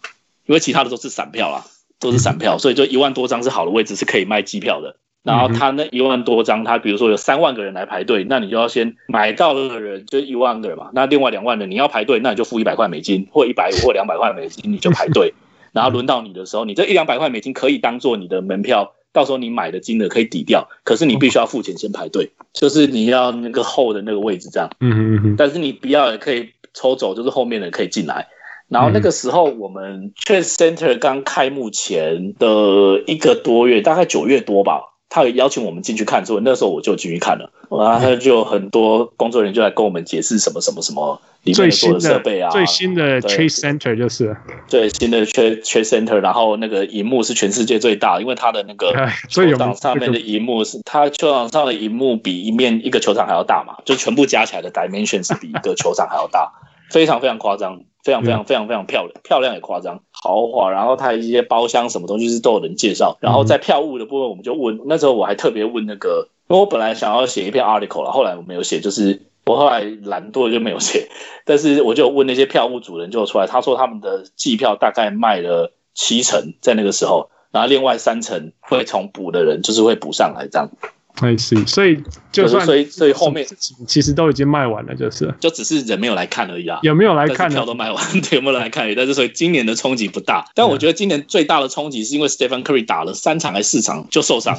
Speaker 5: 因为其他的都是散票啦，都是散票，所以就一万多张是好的位置是可以卖机票的。然后他那一万多张，他比如说有三万个人来排队，那你就要先买到的人就一万个人嘛，那另外两万人你要排队，那你就付一百块美金或一百五或两百块美金，你就排队。然后轮到你的时候，你这一两百块美金可以当做你的门票，到时候你买的金额可以抵掉，可是你必须要付钱先排队，就是你要那个后的那个位置这样。
Speaker 2: 嗯哼嗯哼，
Speaker 5: 但是你不要也可以抽走，就是后面的人可以进来。然后那个时候我们 Trade Center 刚开幕前的一个多月，大概九月多吧，他有邀请我们进去看，所以那时候我就进去看了。然后他就有很多工作人员就来跟我们解释什么什么什么里面
Speaker 4: 最
Speaker 5: 有所
Speaker 4: 新
Speaker 5: 有设备啊，
Speaker 4: 最新的
Speaker 5: 对
Speaker 4: Chase Center 就是了，
Speaker 5: 最新的 Trade Trade Center，然后那个荧幕是全世界最大的，因为它的那 个
Speaker 4: 哎所以
Speaker 5: 呃球
Speaker 4: 我
Speaker 5: 场
Speaker 4: 们
Speaker 5: 上面的荧幕是它球场上的荧幕比一面一个球场还要大嘛，就全部加起来的 dimension 是比一个球场还要大，非常非常夸张，非常非
Speaker 4: 嗯
Speaker 5: 常非常非常漂亮，漂亮也夸张，豪华。然后它一些包厢什么东西是都有人介绍，然后在
Speaker 4: 嗯
Speaker 5: 票务的部分我们就问，那时候我还特别问那个，因为我本来想要写一篇 article 了，后来我没有写，就是。我后来懒惰就没有写，但是我就问那些票务主人就出来，他说他们的季票大概卖了七成，在那个时候，然后另外三成会从补的人就是会补上来，这样
Speaker 4: I see，所哎以就
Speaker 5: 就是
Speaker 4: 算
Speaker 5: 所以所以后面
Speaker 4: 什么事情其实都已经卖完了，就是了
Speaker 5: 就只是人没有来看而已啦。
Speaker 4: 有没有来
Speaker 5: 但
Speaker 4: 看
Speaker 5: 是
Speaker 4: 呢
Speaker 5: 票？都卖完， 对，有没有人来看而已？但是所以今年的冲击不大，但
Speaker 4: 嗯
Speaker 5: 我觉得今年最大的冲击是因为 Stephen Curry 打了三场还是四场就受伤，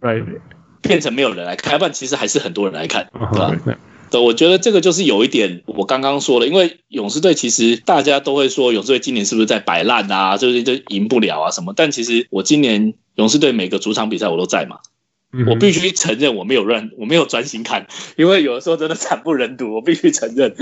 Speaker 4: 对，
Speaker 5: 变成没有人来看，要不然其实还是很多人来看，对吧、
Speaker 4: 对
Speaker 5: 对，我觉得这个就是有一点我刚刚说了，因为勇士队其实大家都会说勇士队今年是不是在摆烂啊，就是就赢不了啊什么。但其实我今年勇士队每个主场比赛我都在嘛，
Speaker 4: 嗯
Speaker 5: 我必须承认我没有乱，我没有专心看，因为有的时候真的惨不忍睹，我必须承认，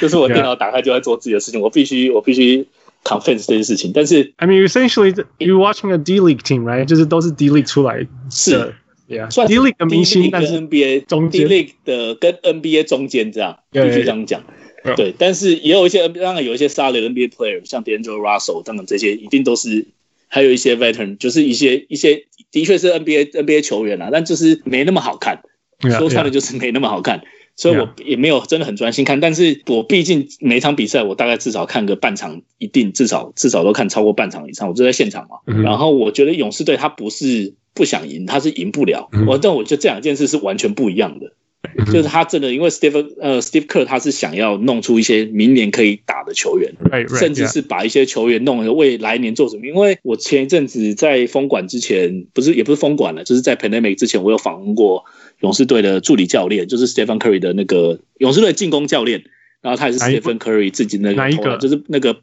Speaker 5: 就是我电脑打开就在做自己的事情，我必须我必须 confess 这件事情。但是
Speaker 4: I mean, essentially, the- you watching a D League team, right? 就是都是 D League 出来
Speaker 5: 是
Speaker 4: 的，Yeah，
Speaker 5: 算
Speaker 4: D League 的明星，
Speaker 5: D-League
Speaker 4: 但是
Speaker 5: 跟 NBA
Speaker 4: 中间
Speaker 5: D League 的跟 NBA 中间这样，必
Speaker 4: 对
Speaker 5: 须这样讲。
Speaker 4: 对
Speaker 5: 对，但是也有一些 NBA，当然有一些 solid NBA player，像 D'Angelo Russell 等等这些，一定都是还有一些 veteran，就是一些一些的确是 NBA NBA 球员啊，但就是没那么好看。
Speaker 4: Yeah,
Speaker 5: 说穿了
Speaker 4: yeah.
Speaker 5: 就是没那么好看。所以我也没有真的很专心看，但是我毕竟每一场比赛我大概至少看个半场，一定至少至少都看超过半场以上，我就在现场嘛。
Speaker 2: 嗯
Speaker 5: 然后我觉得勇士队他不是不想赢，他是赢不了
Speaker 2: 嗯。
Speaker 5: 我但我觉得这两件事是完全不一样的，
Speaker 2: 嗯
Speaker 5: 就是他真的因为 Steve 呃 Steve Kerr 他是想要弄出一些明年可以打的球员，
Speaker 4: right, right,
Speaker 5: 甚至
Speaker 4: yeah.
Speaker 5: 是把一些球员弄得为来年做什么。因为我前一阵子在封馆之前，不是也不是封馆了，就是在 pandemic 之前，我有访问过勇士队的助理教练，就是 Stephen Curry 的那个勇士队进攻教练，然后他也是
Speaker 4: 哪一部
Speaker 5: Stephen Curry 自己的那
Speaker 4: 哪一
Speaker 5: 个头脑，
Speaker 4: 个
Speaker 5: 就是那个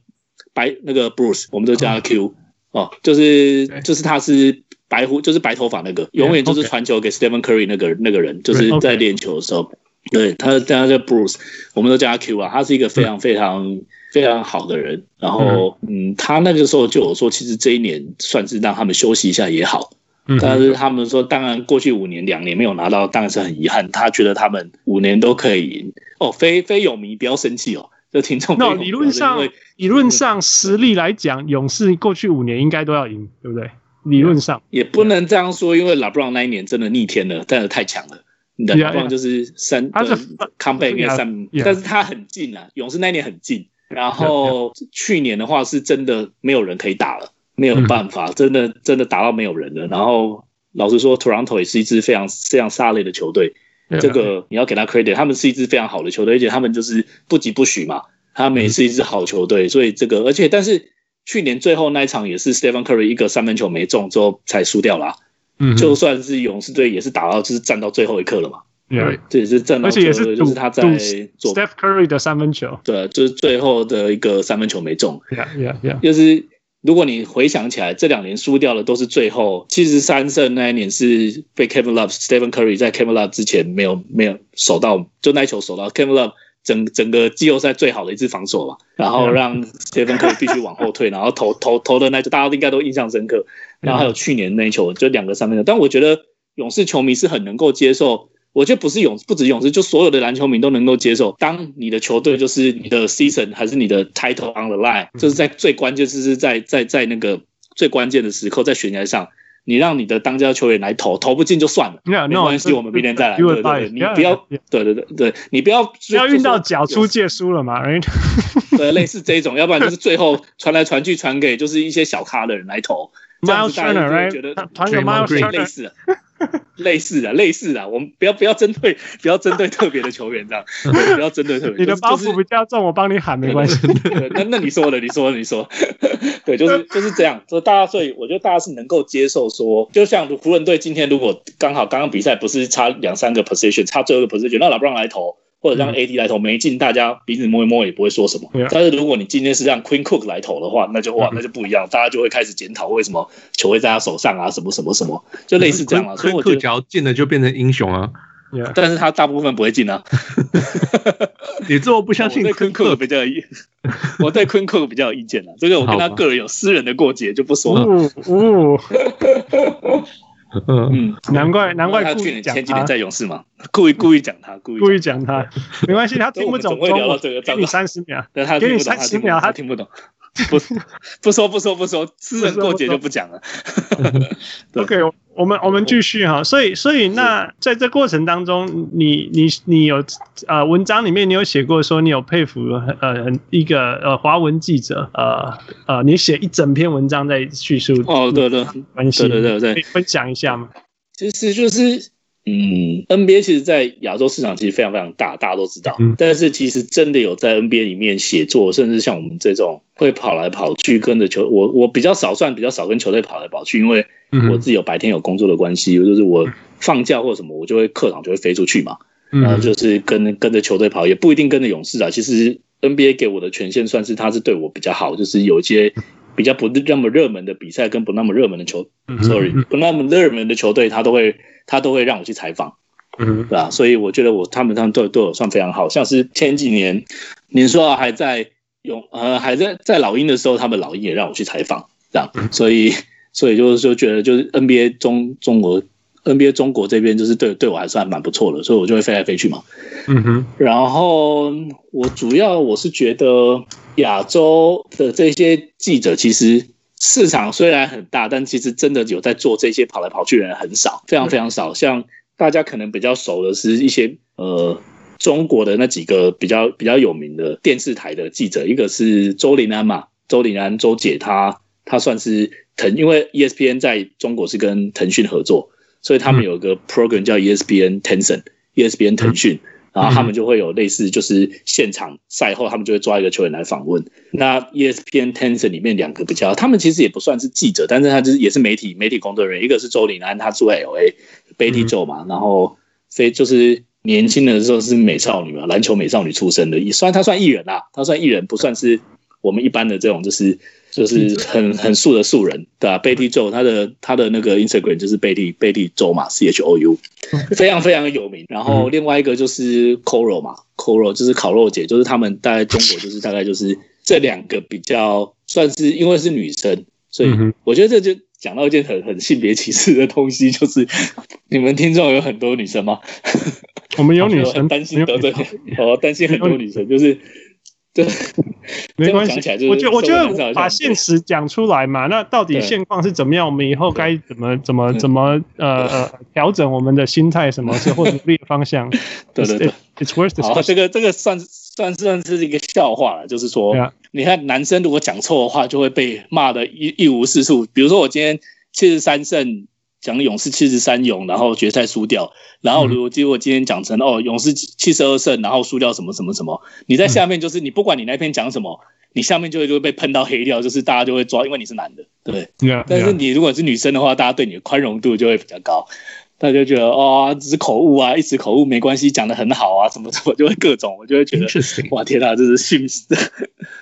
Speaker 5: 白那个 Bruce，我们都叫他 Q、哦，就是
Speaker 4: 对
Speaker 5: 就是他是。白胡就是白头发那个，永远就是
Speaker 4: 哎 OK
Speaker 5: 传球给 Stephen Curry 那个那个人，就是
Speaker 4: Right，OK
Speaker 5: 在练球的时候，对他，他叫 Bruce，我们都叫他 Q 啊，他是一个非
Speaker 4: 嗯
Speaker 5: 常非常、非常好的人。然后，嗯，他那个时候就有说，其实这一年算是让他们休息一下也好。
Speaker 4: 嗯
Speaker 5: 但是他们说，当然过去五年两年没有拿到，当然是很遗憾。他觉得他们五年都可以赢。哦，非非有迷不要生气哦，这听众
Speaker 4: 那
Speaker 5: 非友迷
Speaker 4: 理论上
Speaker 5: 因为，
Speaker 4: 理论上实力来讲，勇士过去五年应该都要赢，对不对？理论上
Speaker 5: 也不能这样说，因为 LeBron 那一年真的逆天了，真的太强了。你的
Speaker 4: Yeah,
Speaker 5: LeBron 就是三，
Speaker 4: 他是
Speaker 5: 呃 comeback 应该三
Speaker 4: Yeah.，
Speaker 5: 但是他很近啊，勇士那一年很近。然后去年的话是真的没有人可以打了，没有办
Speaker 4: 嗯
Speaker 5: 法，真的真的打到没有人了。然后老实说，Toronto 也是一支非常非常沙雷的球队，
Speaker 4: 啊
Speaker 5: 这
Speaker 2: 啊
Speaker 5: 个你要给他 credit，他们是一支非常好的球队，而且他们就是不急不徐嘛，他们也是一支好球
Speaker 4: 嗯
Speaker 5: 队，所以这个而且但是去年最后那一场也是 Stephen Curry 一个三分球没中之后才输掉啦，
Speaker 4: 嗯哼
Speaker 5: 就算是勇士队也是打到就是站到最后一刻了嘛，
Speaker 4: Yeah.
Speaker 5: 这也是站到
Speaker 4: 而且也
Speaker 5: 最后
Speaker 4: 是
Speaker 5: 一刻就
Speaker 4: 赌
Speaker 5: 是他在
Speaker 4: 赌
Speaker 5: 做
Speaker 4: Steph Curry 的三分球
Speaker 5: 对，啊就是最后的一个三分球没中，
Speaker 4: ，Yeah Yeah Yeah，
Speaker 5: 就是如果你回想起来，这两年输掉的都是最后七十三胜那一年是被 Kevin Love、Stephen Curry 在 Kevin Love 之前没有没有守到，就那一球守到 Kevin Love 整整个季后赛最好的一次防守嘛，然后让 Stephen Curry 必须往后退，然后投投投的那球大家应该都印象深刻，然后还有去年那一球就两个三分球，但我觉得勇士球迷是很能够接受。我觉得不是勇，不止勇士，就所有的篮球迷都能够接受。当你的球队就是你的 season 还是你的 title on the line，就是
Speaker 4: 嗯
Speaker 5: 在最关键，就是在在在那个最关键的时刻，在悬崖上，你让你的当家球员来投，投不进就算了。
Speaker 4: 啊那
Speaker 5: 没
Speaker 4: 那
Speaker 5: 关系我们明天再来对对对你不要对对对对，你不要不
Speaker 4: 不要运到脚出界输了嘛，Right？
Speaker 5: 对，类似这一种，要不然就是最后传来传去，传给就是一些小咖的人来投，这
Speaker 4: Miles
Speaker 5: 样子大家就会
Speaker 4: Turner，
Speaker 5: 觉得
Speaker 4: right？团个 Miles
Speaker 5: 类类
Speaker 4: Turner，
Speaker 5: 似的， 类似的，类似的，啊我们不要不要针对不要针对特别的球员这样，对不要针对 特别。
Speaker 4: 你的
Speaker 5: 就是
Speaker 4: 包
Speaker 5: 就是
Speaker 4: 袱比较重，我帮你喊没关系。
Speaker 5: 对，那那你说的，你说的，你 说，对，就是就是这样，就大家，所以我觉得大家是能够接受说，就像湖人队今天如果刚好刚刚比赛不是差两三个 position，差最后一个 position，那老布朗来投。或者让 AD 来投没进，大家鼻子摸一摸也不会说什么
Speaker 4: 嗯 Yeah.。
Speaker 5: 但是如果你今天是让 Queen Cook 来投的话，那就哇
Speaker 4: 嗯，
Speaker 5: 那就不一样，大家就会开始检讨为什么球会在他手上啊，什么什么什么，就类似这样啊。所以我觉
Speaker 2: 克
Speaker 5: 得
Speaker 2: 只，要进了就变成英雄啊！
Speaker 4: Yeah，
Speaker 5: 但是他大部分不会进啊。
Speaker 2: 你这么不相信
Speaker 5: 我对
Speaker 2: 昆
Speaker 5: 昆
Speaker 2: 克
Speaker 5: 克比较有意， 我对昆克比较有意见啊了。这个我跟
Speaker 2: 好
Speaker 5: 他
Speaker 2: 吧
Speaker 5: 个人有私人的过节，就不说了。
Speaker 4: 呜呜，
Speaker 2: 嗯，
Speaker 5: 嗯，
Speaker 4: 难 怪难怪
Speaker 5: 他
Speaker 4: 故
Speaker 5: 去
Speaker 4: 意
Speaker 5: 年
Speaker 4: 讲
Speaker 5: 前几
Speaker 4: 他
Speaker 5: 年，在勇士嘛，故意故意讲他，故意
Speaker 4: 故
Speaker 5: 故
Speaker 4: 意，讲他， 没关系， 他听不懂
Speaker 5: 所以我们总会聊
Speaker 4: 中
Speaker 5: 到
Speaker 4: 文
Speaker 5: 这个，
Speaker 4: 给你三十秒。
Speaker 5: 但他
Speaker 4: 给
Speaker 5: 听
Speaker 4: 你
Speaker 5: 不懂，他
Speaker 4: 30
Speaker 5: 听不
Speaker 4: 秒
Speaker 5: 懂，
Speaker 4: 他
Speaker 5: 他听不懂。不 不说不说不说，私人过节就不讲了。对
Speaker 4: OK，我我们我们继续哈，所以所以那在这过程当中，你你你有呃文章里面你有写过说你有佩服呃很一个呃华文记者呃呃你写一整篇文章在叙述
Speaker 5: 哦，对对
Speaker 4: 关系，
Speaker 5: 对对对对
Speaker 4: 可以，分享一下吗？
Speaker 5: 其实就是，嗯，NBA 其实，在亚洲市场其实非常非常大，大家都知道。
Speaker 2: 嗯
Speaker 5: 但是其实真的有在 NBA 里面写作，甚至像我们这种会跑来跑去跟着球，我我比较少算比较少跟球队跑来跑去，因为
Speaker 2: 嗯
Speaker 5: 我自己有白天有工作的关系，就是我放假或什么，我就会客场就会飞出去嘛，
Speaker 2: 嗯
Speaker 5: 然后啊就是跟跟着球队跑，也不一定跟着勇士啊。其实 NBA 给我的权限算是他是对我比较好，就是有一些比较不那么热门的比赛跟不那么热门的球
Speaker 4: 嗯
Speaker 5: ，sorry，不那么热门的球队，他都会他都会让我去采访，
Speaker 2: 嗯
Speaker 5: 对吧、所以我觉得我他们他们对对我算非常好，像是前几年您说还在永呃还在在老鹰的时候，他们老鹰也让我去采访，这样，
Speaker 4: 嗯
Speaker 5: 所以所以就是就觉得就是 NBA 中中国 NBA 中国这边就是对对我还算蛮不错的，所以我就会飞来飞去嘛。
Speaker 2: 嗯哼
Speaker 5: 然后我主要我是觉得亚洲的这些记者其实。市场虽然很大，但其实真的有在做这些跑来跑去的人很少，非常非常少。像大家可能比较熟的是一些呃中国的那几个比较比较有名的电视台的记者，一个是周林安嘛，周林安周姐她她算是腾，因为 E ESPN 在中国是跟腾讯合作，所以他们有个 program 叫 E ESPN Tencent，ESPN 腾讯。然后他们就会有类似，就是现场赛后，他们就会抓一个球员来访问。那 E ESPN Tencent 里面两个比较，他们其实也不算是记者，但是他就是也是媒体媒体工作人员。一个是周林安，他住在 LA，贝蒂州嘛，然后非就是年轻的时候是美少女嘛，篮球美少女出身的，也虽然他算艺人啦，他算艺人，不算是我们一般的这种就是就是很很素的素人，对吧、啊贝蒂州他的他的那个 Instagram 就是贝蒂贝蒂州嘛，C H O U。非常非常有名。然后另外一个就是 Coro 嘛，Coro 就是烤肉姐，就是他们大概中国就是大概就是这两个比较算是因为是女生，所以
Speaker 2: 嗯哼
Speaker 5: 我觉得这就讲到一件很很性别歧视的东西，就是 你们听众有很多女生吗？
Speaker 4: 我们有女
Speaker 5: 我很
Speaker 4: 生，
Speaker 5: 担心得罪
Speaker 4: 没有，
Speaker 5: 我担心很多女生，就是对，
Speaker 4: 没关系
Speaker 5: 这样讲起来就。是
Speaker 4: 我觉得我觉
Speaker 5: 社会上好
Speaker 4: 得
Speaker 5: 像
Speaker 4: 把现实讲出来嘛，那到底
Speaker 5: 对
Speaker 4: 现况是怎么样？我们以后该怎么怎么
Speaker 5: 嗯
Speaker 4: 怎么呃呃调整我们的心态，什么是或者努力的方向？
Speaker 5: 对对对
Speaker 4: It's-，It's worth
Speaker 5: 好，
Speaker 4: discussion。
Speaker 5: 这个这个算算算是一个笑话了，就是说
Speaker 4: 对啊
Speaker 5: 你看男生如果讲错的话，就会被骂的一一无是处。比如说我今天七十三胜讲勇士七十三勇，然后决赛输掉，
Speaker 4: 嗯
Speaker 5: 然后如果结果今天讲成、哦勇士七十二胜，然后输掉什么什么什么，你在
Speaker 4: 嗯
Speaker 5: 下面就是、你不管你那篇讲什么，你下面就会就会被喷到黑料，就是大家就会抓，因为你是男的，对不对？
Speaker 4: Yeah，
Speaker 5: 但是
Speaker 4: yeah
Speaker 5: 你如果是女生的话，大家对你的宽容度就会比较高，大家就觉得哦，只是口误啊，一时口误没关系，讲的很好啊，什么什 么就会各种，我就会觉得
Speaker 2: Interesting
Speaker 5: 哇天哪，这是逊，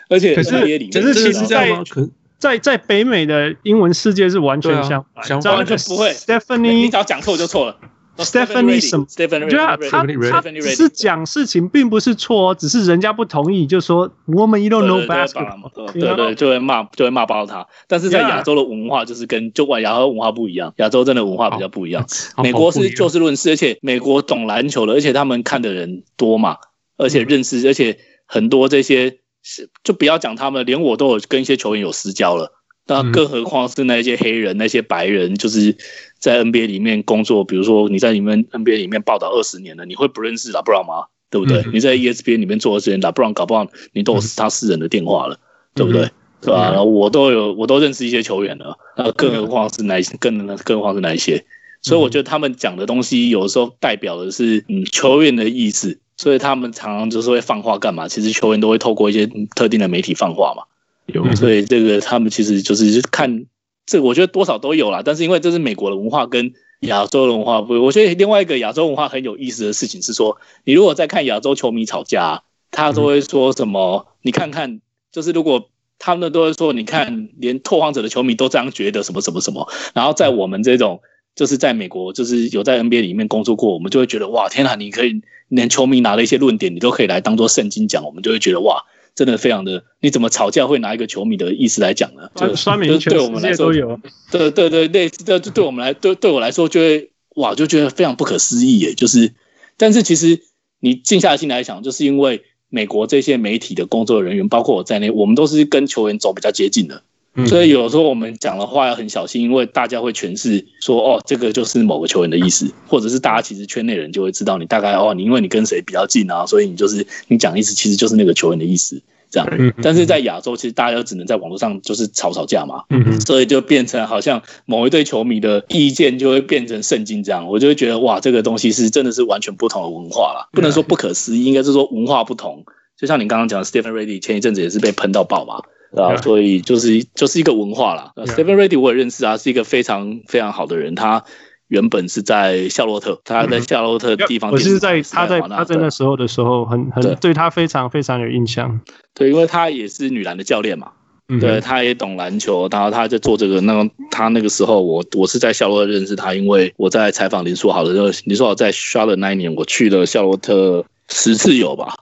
Speaker 5: 而且
Speaker 2: 可是
Speaker 5: NBA 里面
Speaker 4: 可是
Speaker 5: 真
Speaker 4: 其
Speaker 2: 真的
Speaker 4: 实
Speaker 5: 的
Speaker 2: 是这
Speaker 4: 在
Speaker 2: 样吗？可
Speaker 4: 在在北美的英文世界是完全
Speaker 2: 对啊
Speaker 4: 相
Speaker 2: 相
Speaker 4: 反，
Speaker 2: 反
Speaker 4: 那个
Speaker 5: 完全不会你只
Speaker 4: Stephanie，
Speaker 5: 要讲错就错了。
Speaker 4: Stephanie 什么
Speaker 5: Stephanie
Speaker 4: 我觉得
Speaker 5: Ray-
Speaker 4: 他
Speaker 2: Stephanie Ray-
Speaker 4: 他
Speaker 5: Stephanie
Speaker 4: 只
Speaker 5: Ray-
Speaker 4: 是讲事情并不是错哦，只是人家不同意，就说 Woman you
Speaker 5: 对
Speaker 4: don't
Speaker 5: 对
Speaker 4: know
Speaker 5: 对把
Speaker 4: basketball。
Speaker 5: 对对对，就会骂就会骂爆他。但是在
Speaker 4: Yeah
Speaker 5: 亚洲的文化就是跟就亚洲文化不一样，亚洲真的文化比较不一样。
Speaker 2: 好
Speaker 5: 美国
Speaker 2: 好不一
Speaker 5: 是
Speaker 2: 样
Speaker 5: 就事论事，而且美国懂篮球的，而且他们看的人多嘛，而
Speaker 2: 嗯
Speaker 5: 且认识，而且很多这些是就不要讲他们，连我都有跟一些球员有私交了。那
Speaker 2: 嗯
Speaker 5: 更何况是那些黑人、那些白人，就是在 NBA 里面工作，比如说你在里面 NBA 里面报道二十年了，你会不认识拉布朗吗？对不对？
Speaker 2: 嗯
Speaker 5: 你在 E ESPN 里面做二十年，拉布朗搞不好你都有他私人的电话了，对不对
Speaker 2: 嗯？
Speaker 5: 对吧、
Speaker 2: 嗯
Speaker 5: 然后我都有，我都认识一些球员了，那更何况是哪一些，更更何况是哪一些？所以我觉得他们讲的东西有时候代表的是嗯球员的意思，所以他们常常就是会放话干嘛？其实球员都会透过一些嗯特定的媒体放话嘛，
Speaker 2: 有
Speaker 5: 所以这个他们其实就是看这，我觉得多少都有啦。但是因为这是美国的文化跟亚洲的文化不，我觉得另外一个亚洲文化很有意思的事情是说，你如果在看亚洲球迷吵架啊、他
Speaker 4: 嗯
Speaker 5: 都会说什么？你看看，就是如果他们都会说，你看连拓荒者的球迷都这样觉得，什么什么什么。然后在我们这种就是在美国，就是有在 NBA 里面工作过，我们就会觉得哇，天哪！你可以连球迷拿的一些论点，你都可以来当做圣经讲，我们就会觉得哇，真的非常的，你怎么吵架会拿一个球迷的意思来讲呢？就
Speaker 4: 酸酸
Speaker 5: 就
Speaker 4: 民
Speaker 5: 是
Speaker 4: 啊全
Speaker 5: 对我
Speaker 4: 世
Speaker 5: 们来
Speaker 4: 界
Speaker 5: 说
Speaker 4: 都有，
Speaker 5: 对对对，类似这就对我们来对对我来说就会哇，就觉得非常不可思议耶。就是，但是其实你静下心来想，就是因为美国这些媒体的工作人员，包括我在内，我们都是跟球员走比较接近的，
Speaker 2: 嗯
Speaker 5: 所以有时候我们讲的话要很小心，因为大家会诠释说哦，这个就是某个球员的意思，或者是大家其实圈内人就会知道你大概哦，你因为你跟谁比较近啊，所以你就是你讲的意思其实就是那个球员的意思这样。
Speaker 2: 嗯
Speaker 5: 但是在亚洲，其实大家都只能在网络上就是吵吵架嘛，
Speaker 2: 嗯哼
Speaker 5: 所以就变成好像某一对球迷的意见就会变成圣经这样，我就会觉得哇，这个东西是真的是完全不同的文化
Speaker 4: 嗯
Speaker 5: 啦，不能说不可思议，应该是说文化不同。就像你刚刚讲的，Stephen Ready 前一阵子也是被喷到爆嘛，啊，
Speaker 4: Yeah.
Speaker 5: 所以就是就是一个文化啦。呃
Speaker 4: Yeah.
Speaker 5: Stephen Ready 我也认识啊，是一个非常非常好的人，他原本是在夏洛特，他在夏洛特地
Speaker 4: 嗯
Speaker 5: 方
Speaker 4: 我
Speaker 5: 电视
Speaker 4: 是
Speaker 5: 台
Speaker 4: 在
Speaker 5: 华纳，
Speaker 4: 他在他在
Speaker 5: 对
Speaker 4: 那时候的时候，很
Speaker 5: 对
Speaker 4: 很对他非常非常有印象。
Speaker 5: 对，因为他也是女篮的教练嘛，
Speaker 4: 嗯
Speaker 5: 对，他也懂篮球，然后他在做这个。那个他那个时候我，我是在夏洛特认识他，因为我在采访林书豪的时候，林书豪在 Charlotte 那一年，我去了夏洛特十次有吧，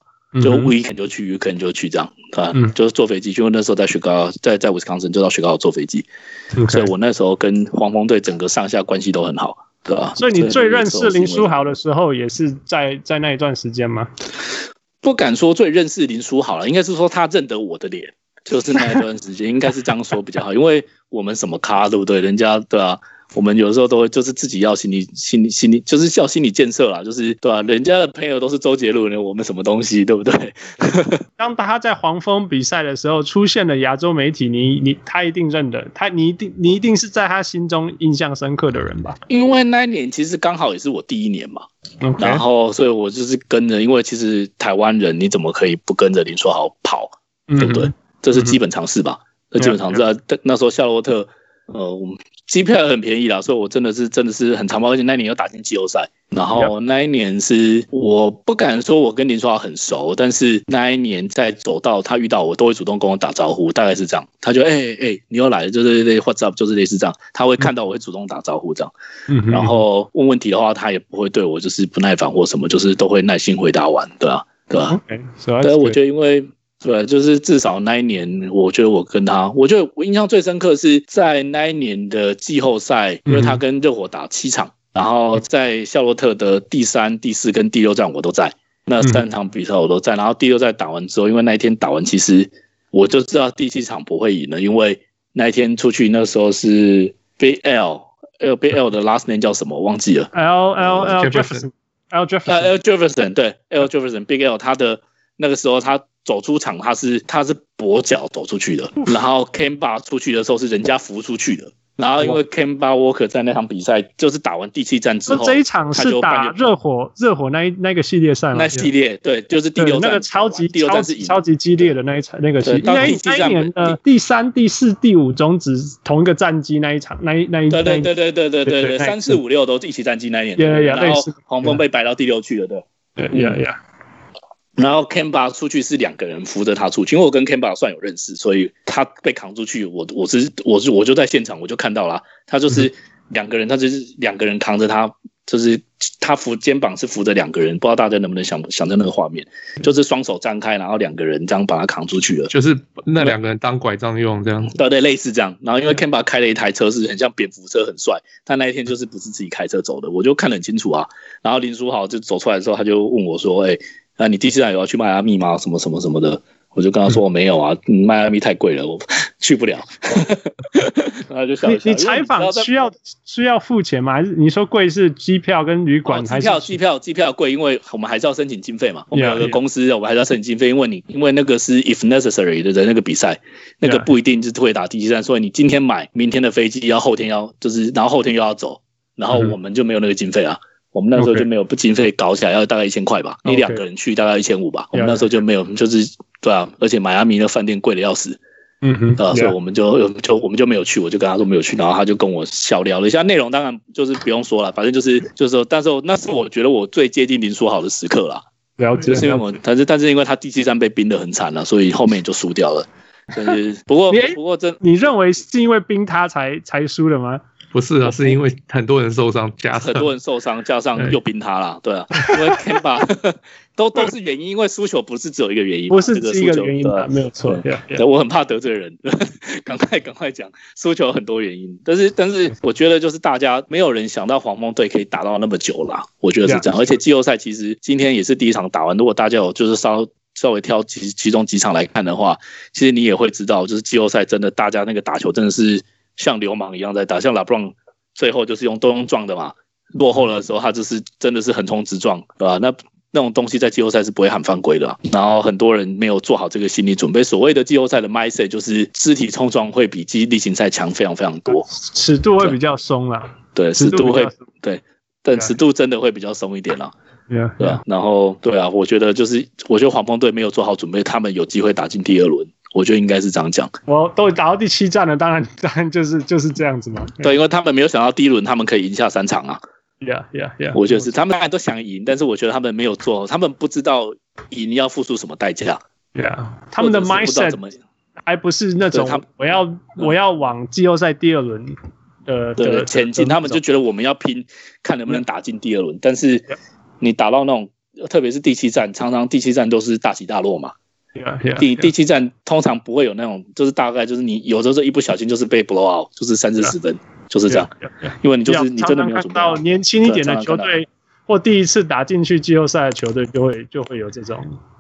Speaker 5: 就 weekend 就去，weekend 就去这样，啊，
Speaker 4: 嗯
Speaker 5: 就是坐飞机，因为那时候在雪糕，在在威斯康森就到雪糕坐飞机，所以我那时候跟黄蜂队整个上下关系都很好，对吧？
Speaker 4: 所以你最认识林书
Speaker 5: 豪。
Speaker 4: 豪的时候，也是在在那一段时间吗？
Speaker 5: 不敢说最认识林书豪了，应该是说他认得我的脸，就是那一段时间，应该是这样说比较好，因为我们什么咖对不对？人家对啊，我们有时候都会就是自己要心理心理心理，就是要心理建设啦，就是对吧、人家的朋友都是周杰伦的，我们什么东西，对不对？
Speaker 4: 当他在黄蜂比赛的时候出现了亚洲媒体，你你他一定认得他，你一定你一定是在他心中印象深刻的人吧
Speaker 5: 因为那一年其实刚好也是我第一年嘛，
Speaker 4: ？OK，
Speaker 5: 然后所以我就是跟着，因为其实台湾人你怎么可以不跟着林书豪跑，
Speaker 4: 嗯
Speaker 5: 对不对？
Speaker 4: 哼
Speaker 5: 这是基本常识吧？那基本常识啊，但那时候夏洛特，呃，我们机票很便宜啦，所以我真的是真的是很长跑，而且那一年又打进季后赛。然后那一年是我不敢说我跟林书豪很熟，但是那一年在走到他遇到我，都会主动跟我打招呼，大概是这样。他就哎哎、欸你又来了，就是类 what's up，就是类似这样。他会看到我会主动打招呼这样。
Speaker 4: 嗯哼
Speaker 5: 然后问问题的话，他也不会对我就是不耐烦或什么，就是都会耐心回答完，对啊？对啊？
Speaker 4: OK，所以
Speaker 5: 但是我觉得，因为对，啊就是至少那一年，我觉得我跟他，我觉得我印象最深刻是在那一年的季后赛，
Speaker 4: 嗯
Speaker 5: 因为他跟热火打七场，然后在夏洛特的第三、第四跟第六站我都在，那三场比赛我都在。然后第六站打完之后，因为那一天打完，其实我就知道第七场不会赢了，因为那一天出去那时候是 BL。L B L 的 last name 叫什么？忘记了。
Speaker 4: L L L
Speaker 2: Jefferson
Speaker 4: Jefferson，L
Speaker 5: 那
Speaker 4: Jefferson，
Speaker 5: L 呃 Jefferson 对 L Jefferson，Big L 他的那个时候他走出场，他是他是跛脚走出去的，
Speaker 4: 嗯
Speaker 5: 然后 Kemba 出去的时候是人家扶出去的，然后因为 Kemba Walker 在那场比赛就是打完第七战之
Speaker 4: 那
Speaker 5: 后，
Speaker 4: 这一场是打热火热火那一那个系列赛吗？
Speaker 5: 那系列对就是第
Speaker 4: 对
Speaker 5: 六
Speaker 4: 那
Speaker 5: 战
Speaker 4: 个超级
Speaker 5: 第六
Speaker 4: 超
Speaker 5: 战是
Speaker 4: 级
Speaker 5: 赢
Speaker 4: 超级激烈的那一场那个系
Speaker 5: 对，
Speaker 4: 那
Speaker 5: 到
Speaker 4: 一
Speaker 5: 第七
Speaker 4: 那一
Speaker 5: 站
Speaker 4: 年的第三、第四、第五种子同一个战机那一场那一那一
Speaker 5: 对
Speaker 4: 那
Speaker 5: 对
Speaker 4: 一
Speaker 5: 对对对对对
Speaker 4: 对
Speaker 5: 对，
Speaker 4: 那一
Speaker 5: 三四五六都一起战绩那一年，
Speaker 4: Yeah, yeah,
Speaker 5: 然
Speaker 4: 类
Speaker 5: 后
Speaker 4: 似
Speaker 5: 黄蜂被摆到第六去了，对。
Speaker 4: 对呀呀，
Speaker 5: 然后 Kemba 出去是两个人扶着他出去，因为我跟 Kemba 算有认识，所以他被扛出去，我我是我是我就在现场我就看到了，他就是两个人，他就是两个人扛着他，就是他扶肩膀是扶着两个人，不知道大家能不能想想象那个画面，就是双手张开，然后两个人这样把他扛出去了。
Speaker 2: 就是那两个人当拐杖用这样。
Speaker 5: 对对，类似这样。然后
Speaker 4: 嗯
Speaker 5: 因为 Kemba 开了一台车是很像蝙蝠车，很帅。他那一天就是不是自己开车走的，我就看得很清楚啊。然后林书豪就走出来的时候，他就问我说：“哎、那你第四站有要去迈阿密吗？什么什么什么的？”我就跟他说：“我没有啊，嗯迈阿密太贵了，我 去不了。”然后就嗯笑
Speaker 4: 你
Speaker 5: 一笑
Speaker 4: 你采访需要需要付钱吗？还是你说贵是机票跟旅
Speaker 5: 管
Speaker 4: 馆
Speaker 5: 哦机
Speaker 4: 还是
Speaker 5: 票机票机票贵，因为我们还是要申请经费嘛。我们
Speaker 4: Yeah,
Speaker 5: 有个
Speaker 4: yeah.
Speaker 5: 公司，我们还是要申请经费，因为你因为那个是 if necessary 的那个比赛，那个
Speaker 4: Yeah.
Speaker 5: 不一定就是会打第七站，所以你今天买，明天的飞机要后天要就是，然后后天又要走，然后
Speaker 4: 嗯哼
Speaker 5: 我们就没有那个经费啊。我们那时候
Speaker 4: OK
Speaker 5: 就没有不经费搞起来要大概一千块吧，你
Speaker 4: OK
Speaker 5: 两个人去大概一千五吧。我们
Speaker 4: Yeah,
Speaker 5: 那时候就没有，就是对啊，而且迈阿密的饭店贵的要死，
Speaker 4: 嗯哼
Speaker 5: 啊，所以
Speaker 4: yeah
Speaker 5: 我们就就我们就没有去，我就跟他说没有去，然后他就跟我小聊了一下内容，当然就是不用说了，反正就是就是说，但是我那是我觉得我最接近林书豪的时刻啦，
Speaker 4: 了解
Speaker 5: 就是因为我，但是但是因为他第七站被冰的很惨了，所以后面也就输掉了。但是不过
Speaker 4: 你哎
Speaker 5: 不过真
Speaker 4: 你认为是因为冰他才才输的吗？
Speaker 2: 不是啊，是因为很多人受伤加
Speaker 5: 很
Speaker 2: 上。
Speaker 5: 多人受伤，加
Speaker 4: 哎
Speaker 5: 上又冰他啦，对啊，因为 Kemba 都都是原因，因为输球不是只有一个原因嘛，
Speaker 4: 不是
Speaker 5: 这个
Speaker 4: 这
Speaker 5: 输
Speaker 4: 个
Speaker 5: 球
Speaker 4: 原因
Speaker 5: 对啊
Speaker 4: 吧？没有错
Speaker 5: 对
Speaker 4: ，yeah, yeah
Speaker 5: 对，我很怕得罪人， 赶快赶快讲，输球有很多原因，但是但是我觉得就是大家没有人想到黄蜂队可以打到那么久啦，我觉得是这样，而且季后赛其实今天也是第一场打完，如果大家有就是稍稍微挑其其中几场来看的话，其实你也会知道，就是季后赛真的大家那个打球真的是像流氓一样在打，像拉布朗最后就是用都用撞的嘛，落后的时候，他就是真的是横冲直撞，对吧？那那种东西在季后赛是不会喊犯规的啊、然后很多人没有做好这个心理准备。所谓的季后赛的 mindset 就是肢体冲撞会比季例行赛强非常非常多，
Speaker 4: 尺度会比较松啦，
Speaker 5: 对，
Speaker 4: 尺
Speaker 5: 尺
Speaker 4: 度
Speaker 5: 度
Speaker 4: 比
Speaker 5: 会
Speaker 4: 较松
Speaker 5: 对，
Speaker 4: 对
Speaker 5: 但
Speaker 4: 啊
Speaker 5: 尺度真的会比较松一点啦、
Speaker 4: ，yeah,
Speaker 5: 对吧、
Speaker 4: yeah
Speaker 5: 然后对啊，我觉得就是我觉得黄蜂队没有做好准备，他们有机会打进第二轮，我觉得应该是这样讲。
Speaker 4: 我都打到第七站了，当然当然就是就是这样子嘛。
Speaker 5: 对，因为他们没有想到第一轮他们可以赢下三场啊。
Speaker 4: ，Yeah Yeah Yeah，
Speaker 5: 我觉得是他们当然都想赢，但是我觉得他们没有做，他们不知道赢要付出什么代价，
Speaker 4: Yeah，他们的
Speaker 5: 或者是不知道
Speaker 4: mindset
Speaker 5: 怎么
Speaker 4: 还不是那种
Speaker 5: 对他们嗯
Speaker 4: 我要我要往季后赛第二轮的的
Speaker 5: 对前进，
Speaker 4: 的
Speaker 5: 他们就觉得我们要拼，看能不能打进第二轮。但是
Speaker 4: 嗯 Yeah
Speaker 5: 你打到那种，特别是第七站，常常第七站都是大起大落嘛。
Speaker 4: Yeah Yeah
Speaker 5: 第
Speaker 4: yeah，
Speaker 5: 第七站通常不会有那种，就是大概就是你有时候一不小心就是被 blow out，就是三四十分，就是这样，
Speaker 4: Yeah, yeah, yeah，
Speaker 5: 因为你就是
Speaker 4: 要
Speaker 5: 你真的没有
Speaker 4: 常常
Speaker 5: 准
Speaker 4: 看
Speaker 5: 备
Speaker 4: 到
Speaker 5: 好。
Speaker 4: 年轻一点的
Speaker 5: 对
Speaker 4: 球
Speaker 5: 常常看
Speaker 4: 队或第一次打进去季后赛的球队就会就会有这种，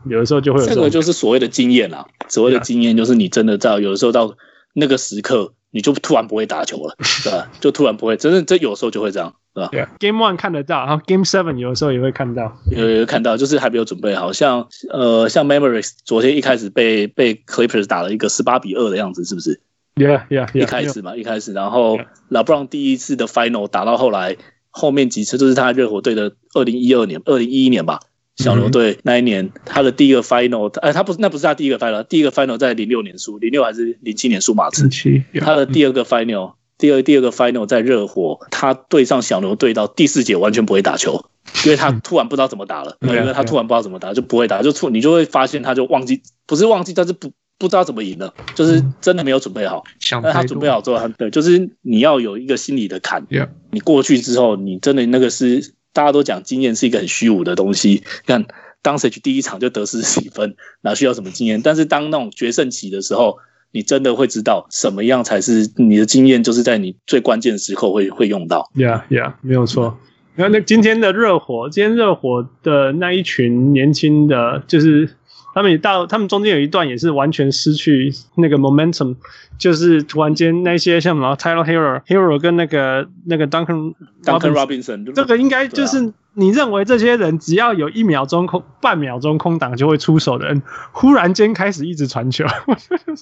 Speaker 4: 有的时候就会有
Speaker 5: 这
Speaker 4: 种
Speaker 5: 个就是所谓的经验啦，所谓的
Speaker 4: Yeah.
Speaker 5: 经验就是你真的到有的时候到那个时刻，你就突然不会打球了，对吧？就突然不会，真的这有时候就会这样，对吧？
Speaker 4: 对啊，Game One 看得到，然后 Game Seven 有的时候也会看到。
Speaker 5: 有有看到，就是还没有准备好，像呃，像 Memories 昨天一开始被被 Clippers 打了一个十八比二的样子，是不是？
Speaker 4: Yeah, yeah, yeah.
Speaker 5: 一开始嘛，一开始，然后 LeBron 第一次的 Final 打到后来，后面几次就是他热火队的二零一二年、二零一一年吧，小
Speaker 4: 嗯
Speaker 5: 牛队那一年他的第一个 Final，哎，他不是那不是他第一个 Final，第一个 Final 在零六年输，零六还是零七年输马刺
Speaker 2: 近，期
Speaker 5: 他的第二个 Final，第二第二个 Final 在热火，他对上小牛队到第四节完全不会打球，因为他突然不知道怎么打了，因
Speaker 4: 对啊
Speaker 5: 为他突然不知道怎么打就不会打，就突你就会发现他就忘记，不是忘记，但是不不知道怎么赢了，就是
Speaker 4: 嗯
Speaker 5: 真的没有准备好。
Speaker 2: 想
Speaker 5: 但
Speaker 2: 太
Speaker 5: 他
Speaker 2: 多
Speaker 5: 准备好之后，他对，就是你要有一个心理的坎。
Speaker 2: Yeah
Speaker 5: 你过去之后，你真的那个是大家都讲经验是一个很虚无的东西。看当时去第一场就得失几分，哪需要什么经验？但是当那种决胜期的时候，你真的会知道什么样才是你的经验，就是在你最关键的时刻会会用到。
Speaker 4: Yeah, yeah，没有错。然后那今天的热火，今天热火的那一群年轻的，就是他们也到，他们中间有一段也是完全失去那个 momentum，就是突然间那些像什么 Tyler Hero、Hero 跟那个那个 Duncan
Speaker 5: Duncan
Speaker 4: Robinson
Speaker 5: Robinson
Speaker 4: 这个应该就是你认为这些人只要有一秒钟空、半秒钟空档就会出手的人，忽然间开始一直传球，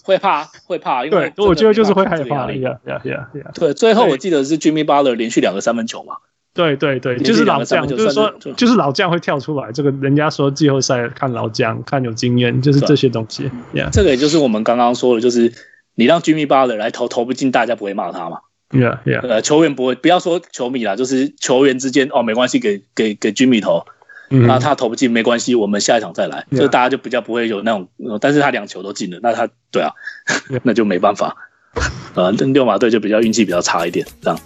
Speaker 5: 会怕，会怕，因为
Speaker 4: 对， 我觉得就是会害
Speaker 5: 真的没办法
Speaker 4: 怕
Speaker 5: 这个压力。
Speaker 4: ，yeah yeah yeah yeah，
Speaker 5: 对，最后我记得是 Jimmy Butler 连续两个三分球嘛，
Speaker 4: 对对对，
Speaker 5: 连续
Speaker 4: 就是
Speaker 5: 两
Speaker 4: 老
Speaker 5: 个三
Speaker 4: 将，
Speaker 5: 分球
Speaker 4: 就是说
Speaker 5: 算是
Speaker 4: 就是老将会跳出来。这个人家说季后赛看老将，看有经验，就是这些东西。Yeah
Speaker 5: 这个也就是我们刚刚说的，就是你让 Jimmy Butler 来投投不进，大家不会骂他嘛。
Speaker 4: yeah yeah
Speaker 5: 呃，球员不会，不要说球迷啦，就是球员之间哦，没关系，给给给 Jimmy 投，
Speaker 4: 嗯。
Speaker 5: 那他投不进没关系，我们下一场再来，
Speaker 4: Yeah
Speaker 5: 这大家就比较不会有那种，呃但是他两球都进了，那他对啊
Speaker 4: Yeah，
Speaker 5: 那就没办法，呃，六马队就比较运气比较差一点，这样。